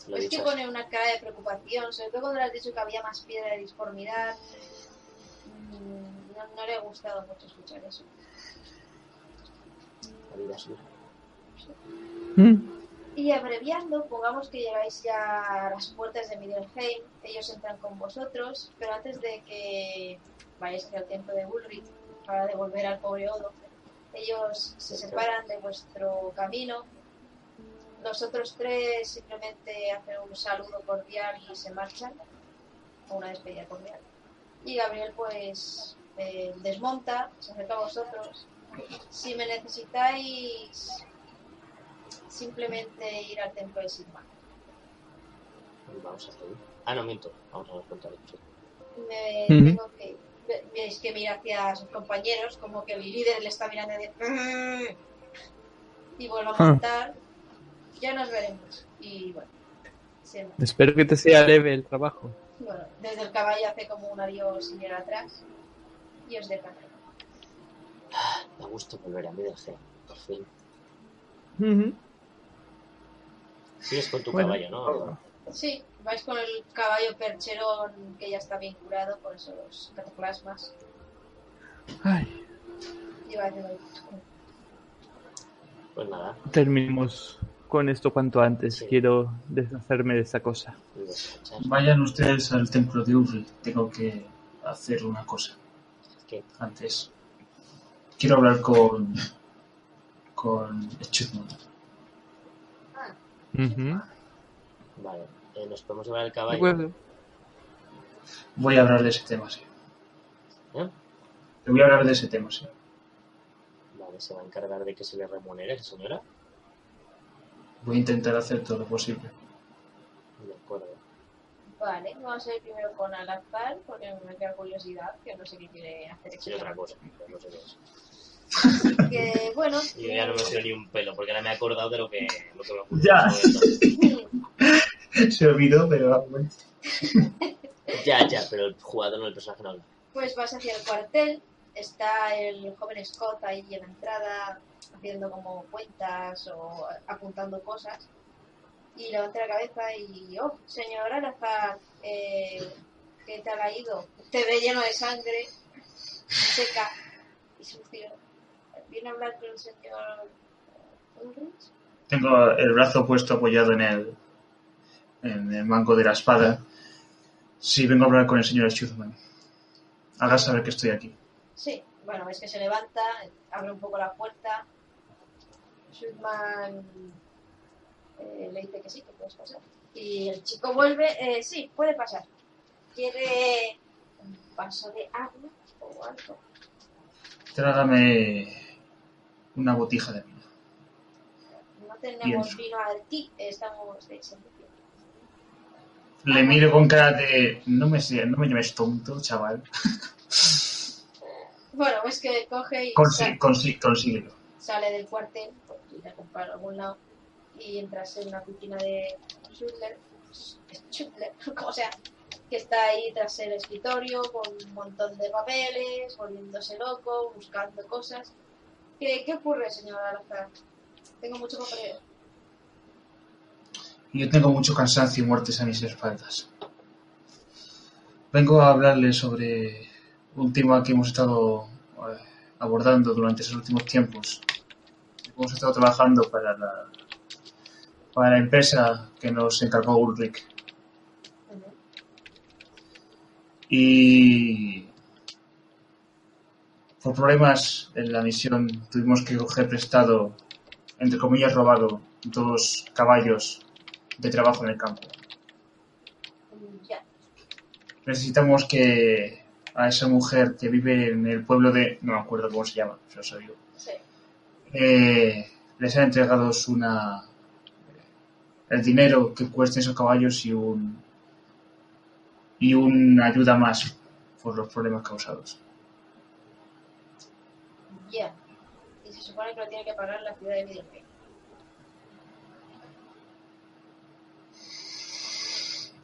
Lo Es dicho que así. pone una cara de preocupación, sobre todo cuando le has dicho que había más piedra de disformidad. Mm, No, no le ha gustado mucho escuchar eso. La vida es dura. Mm. Y abreviando, pongamos que llegáis ya a las puertas de Middelheim, ellos entran con vosotros, pero antes de que vayáis hacia el templo de Ulrich para devolver al pobre Odo, ellos se separan de vuestro camino. Los otros tres simplemente hacen un saludo cordial y se marchan, o una despedida cordial. Y Gabriel pues eh, desmonta, se acerca a vosotros. Si me necesitáis simplemente ir al templo de Sigma. Y Vamos a seguir. Ah, no, miento. Vamos a los contarios. sí. Me Ujú. tengo que ve- veis que mira hacia sus compañeros, como que el líder le está mirando de "Mm". y vuelvo a Ah. montar. Ya nos veremos. Y bueno, se va. Espero que te sea leve el trabajo. Bueno, desde el caballo hace como un adiós y mira atrás y os deja. ahí. Da gusto volver a Middelheim. Por fin. Sigues con tu Bueno. caballo, ¿no? Sí, vais con el caballo percherón que ya está bien curado por esos cataplasmas Ay, y va haciendo el- Pues nada. terminemos con esto cuanto antes. Sí. Quiero deshacerme de esta cosa. y descansar. Vayan ustedes al templo de Ulrich. Tengo que hacer una cosa ¿Qué? antes. Quiero hablar con. con. Chutmut. Ah, Vale. Eh, nos podemos llevar el De caballo. acuerdo. Voy a hablar de ese tema, sí. ¿eh? Le voy a hablar de ese tema, sí. Vale, se va a encargar de que se le remunere esa señora. Voy a intentar hacer todo lo posible. *laughs* De acuerdo. Vale, vamos a ir primero con Alazar, porque me da curiosidad, que no sé qué quiere hacer Sí, otra cosa. pero No sé qué es. Que bueno, Yo ya no me sé ni un pelo, porque ahora me he acordado de lo que, lo que me ocurrió. Ya. en ese momento. Se olvidó, pero bueno. ya, ya, pero el jugador no, el personaje no habla. *laughs* pues vas hacia el cuartel, está el joven Scott ahí en la entrada, haciendo como cuentas o apuntando cosas, y levanta la cabeza y, oh, señor Alazar, eh, ¿qué tal ha ido? Te ve lleno de sangre, seca y sucio. ¿Viene a hablar con el señor Ulrich? Tengo el brazo puesto apoyado en el, en el mango de la espada. Sí, vengo a hablar con el señor Schuzman. Haga saber que estoy aquí. Sí, bueno, es que se levanta, abre un poco la puerta. Schutman eh, le dice que sí, que puedes pasar. Y el chico vuelve, eh, sí, puede pasar. ¿Quiere un vaso de agua o algo? Trágame una botija de vino. No tenemos Pienso. vino aquí, estamos de servicio. Le miro con cara de... No me, sé- no me llames tonto, chaval. Bueno, es que coge y Consi sa- consi consíguelo. sale del cuartel, porque irá a comprar a algún lado, y entras en una piscina de Schutler, Schutler, *laughs* como sea, que está ahí tras el escritorio con un montón de papeles, volviéndose loco, buscando cosas. ¿Qué, qué ocurre, señor Alazar? Tengo mucho papeleo. Yo tengo mucho cansancio y muertes a mis espaldas. Vengo a hablarles sobre un tema que hemos estado eh, abordando durante esos últimos tiempos. Hemos estado trabajando para la, para la empresa que nos encargó Ulrich. Ujú. Y por problemas en la misión tuvimos que coger prestado, entre comillas robado, dos caballos de trabajo en el campo. Ya. Necesitamos que a esa mujer que vive en el pueblo de... No me acuerdo cómo se llama, se os digo. Sí. Eh, les han entregado una... eh, El dinero que cuesten esos caballos y un... Y una ayuda más por los problemas causados. Ya. Y se supone que lo tiene que pagar la ciudad de Midlothian.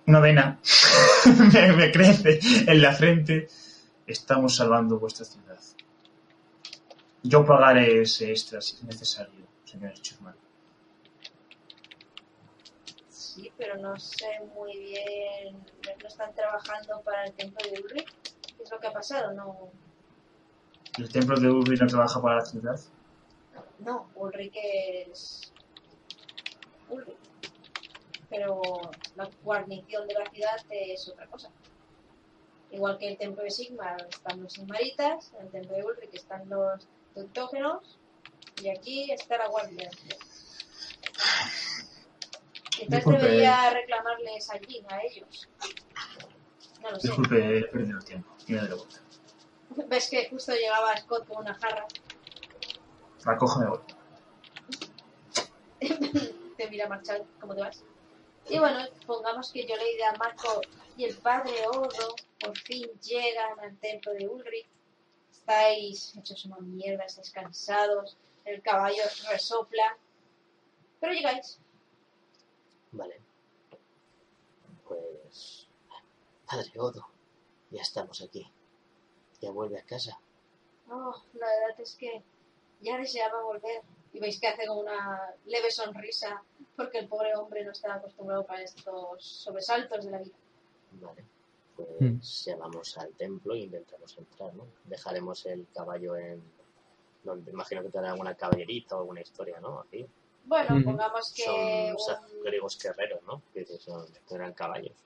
una vena *laughs* me, me crece en la frente. Estamos salvando vuestra ciudad. Yo pagaré ese extra si es necesario, señor Schumann. Sí, pero no sé muy bien. No están trabajando para el templo de Ulrich. ¿Qué es lo que ha pasado? No. El templo de Urbi no trabaja para la ciudad. No, Ulrich es. Ulrich. Pero la guarnición de la ciudad es otra cosa. Igual que el templo de Sigma están los Sigmaritas, en el templo de Ulrich están los Teutógenos, y aquí está la guardia. Quizás Disculpe. debería reclamarles allí, a ellos. No lo sé. Disculpe, he perdido el tiempo. Me doy la vuelta. *laughs* Ves que justo llegaba Scott con una jarra. La cojo y me voy. te mira marchar como te vas. Y bueno, pongamos que yo le diré a Marco y el padre Odo por fin llegan al templo de Ulrich. Estáis hechos una mierda, estáis cansados, el caballo os resopla. Pero llegáis. Vale. Pues. Padre Odo, ya estamos aquí. Ya vuelve a casa. Oh, la verdad es que ya deseaba volver. Y veis que hace como una leve sonrisa porque el pobre hombre no está acostumbrado para estos sobresaltos de la vida. Vale. Mm. Pues llamamos al templo e intentamos entrar, ¿no? Dejaremos el caballo en. Donde imagino que te harán alguna caballeriza o alguna historia, ¿no? Aquí. Bueno, Mm. pongamos que... Son o sea, un- griegos guerreros, ¿no? Que son, eran caballos.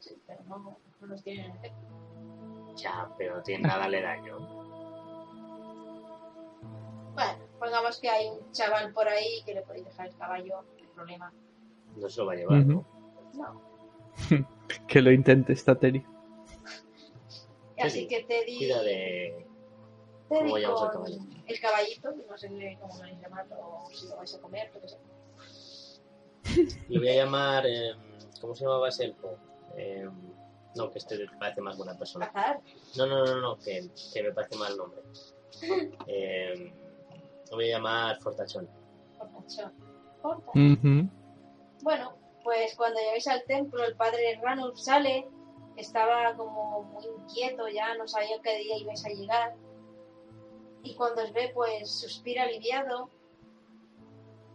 Sí, pero no, no nos tienen en el templo. Ya, pero no tiene nada le daño. Bueno, pongamos que hay un chaval por ahí que le podéis dejar el caballo, no hay problema. No se lo va a llevar, ¿no? No. Que lo intente esta Teri. Así que te di, Cuida de. te di ¿Cómo llamamos al con caballo? el caballito, que no sé cómo lo vais a llamar o si lo vais a comer, yo qué sé. Le voy a llamar. eh, ¿Cómo se llamaba ese elfo? Eh, no, que este parece más buena persona. Azar. No, no, no, no, que, que me parece mal el nombre. Eh, lo voy a llamar Fortachón. Portachón. Portachón. Bueno, pues cuando llegáis al templo, el padre Ranulf sale, estaba como muy inquieto ya, no sabía qué día ibais a llegar. Y cuando os ve, pues suspira aliviado.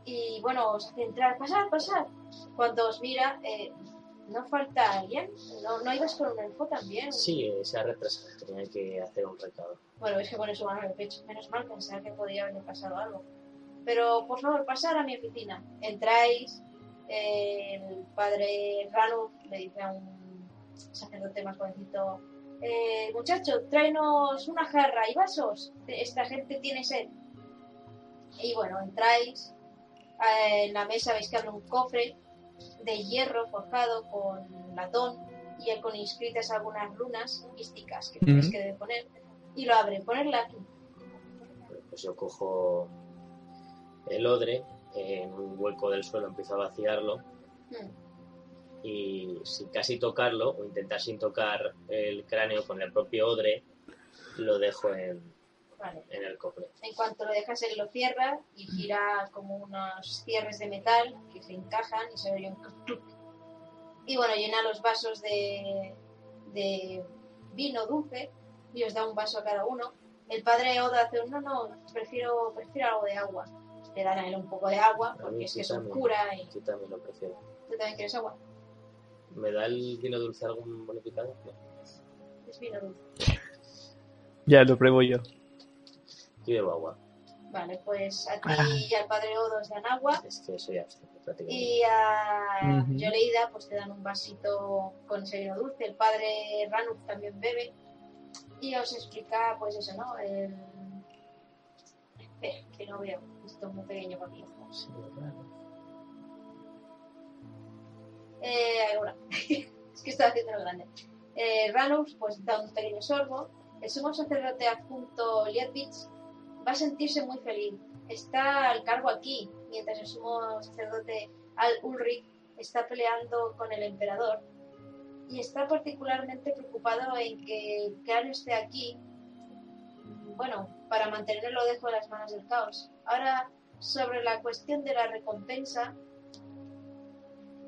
Y bueno, os hace entrar, pasad, pasad. Cuando os mira, eh, ¿no falta alguien? ¿No, ¿No ibas con un elfo también? Sí, eh, se ha retrasado. Tenía que hacer un recado. Bueno, es que pone su mano en el pecho. Menos mal pensaba que podía haberle pasado algo. Pero por favor, pasad a mi oficina. Entráis. eh, el padre Ranu le dice a un sacerdote más jovencito: eh, Muchacho, tráenos una jarra y vasos. Esta gente tiene sed. Y bueno, entráis. eh, en la mesa veis que abre un cofre de hierro forjado con latón y con inscritas algunas runas místicas que tenéis Ujú. que poner y lo abren. Ponerla aquí. Bueno, Pues yo cojo el odre, eh, en un hueco del suelo empiezo a vaciarlo Hmm. y sin casi tocarlo o intentar sin tocar el cráneo con el propio odre, lo dejo en, Vale. en el cofre. En cuanto lo dejas, él lo cierra y gira como unos cierres de metal que se encajan y se oye un cluc, cluc. Y bueno, llena los vasos de, de vino dulce y os da un vaso a cada uno. El padre Oda hace un no, no, prefiero, prefiero algo de agua. Le dan a él un poco de agua mí porque es sí que es un también. cura y Yo también lo prefiero. tú también quieres agua. ¿Me da el vino dulce algún bonificado? No. Es vino dulce. Ya lo pruebo yo. Yo llevo agua. Vale, pues a ti y al padre Oda os dan agua. Es que soy abstemio prácticamente. Y a Ujú. Yoleida pues te dan un vasito con ese vino dulce. El padre Ranuk también bebe. Y os explica pues eso, ¿no? El... Espera, que no veo. Esto es muy pequeño para mi ojo. Sí, claro. Eh, ahí va. *laughs* es que estaba haciendo lo grande. Eh, Ranux, pues da un pequeño sorbo. El sumo sacerdote adjunto Lietvich va a sentirse muy feliz. Está al cargo aquí, mientras el sumo sacerdote Al Ulrich está peleando con el emperador. Y está particularmente preocupado en que el cráneo esté aquí, bueno, para mantenerlo dejo de las manos del caos. Ahora, sobre la cuestión de la recompensa,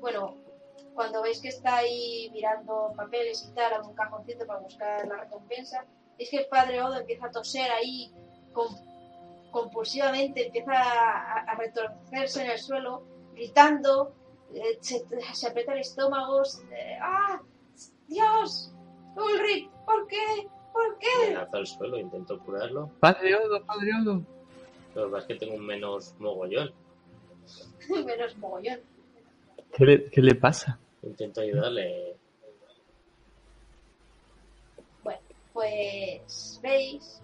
bueno, cuando veis que está ahí mirando papeles y tal, a un cajoncito para buscar la recompensa, es que el padre Odo empieza a toser ahí com- compulsivamente, empieza a, a- a retorcerse en el suelo, gritando, eh, se, se aprieta el estómago, se- eh, ¡ah! ¡Dios! ¡Ulrich! ¿Por qué? ¿Por qué? *laughs* Me lanzo al suelo, intento curarlo. Padre Odo, padre Odo. Lo que pasa es que tengo un menos mogollón. Menos mogollón. ¿Qué le, qué le pasa? Intento ayudarle. Pues veis.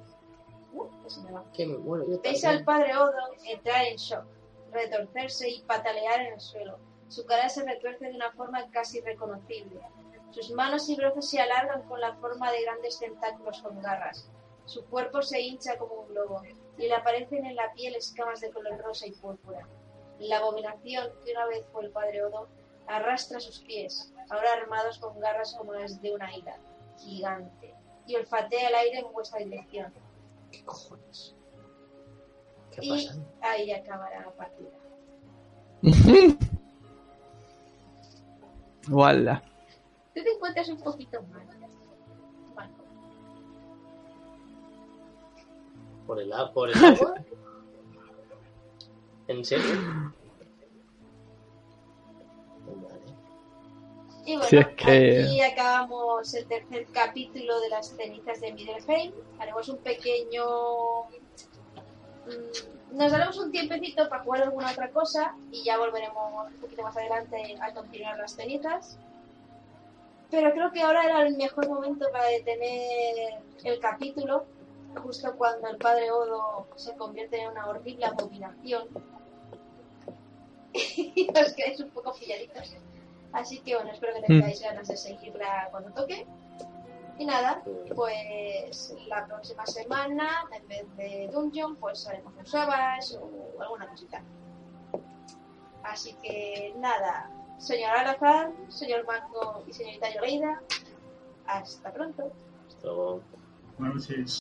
Uh, que se me va. Que me muero yo Veis al también. padre Odo entrar en shock, retorcerse y patalear en el suelo. Su cara se retuerce de una forma casi reconocible. Sus manos y brazos se alargan con la forma de grandes tentáculos con garras. Su cuerpo se hincha como un globo y le aparecen en la piel escamas de color rosa y púrpura. La abominación que una vez fue el padre Odo arrastra sus pies, ahora armados con garras como las de una ira gigante, y olfatea el aire en vuestra dirección. ¿Qué cojones? ¿Qué Y- pasa? Ahí acabará la partida. Wala. Tú te encuentras un poquito mal. Marco. ¿Por el, a- por el agua? ¿En serio? *gasps* Vale. Y bueno, Si es que- aquí acabamos el tercer capítulo de las cenizas de Middelheim. Haremos un pequeño... mm, Nos daremos un tiempecito para jugar alguna otra cosa y ya volveremos un poquito más adelante a continuar las cenizas. Pero creo que ahora era el mejor momento para detener el capítulo, justo cuando el padre Odo se convierte en una horrible abominación. *laughs* y os quedáis un poco pilladitos. Así que bueno, espero que tengáis ganas de seguirla cuando toque. Y nada, pues la próxima semana, en vez de Dungeon, pues haremos un Sabas o alguna cosita. Así que nada, señor Alazar, señor Marco y señorita Yoleida, hasta pronto. Esto... Buenas noches.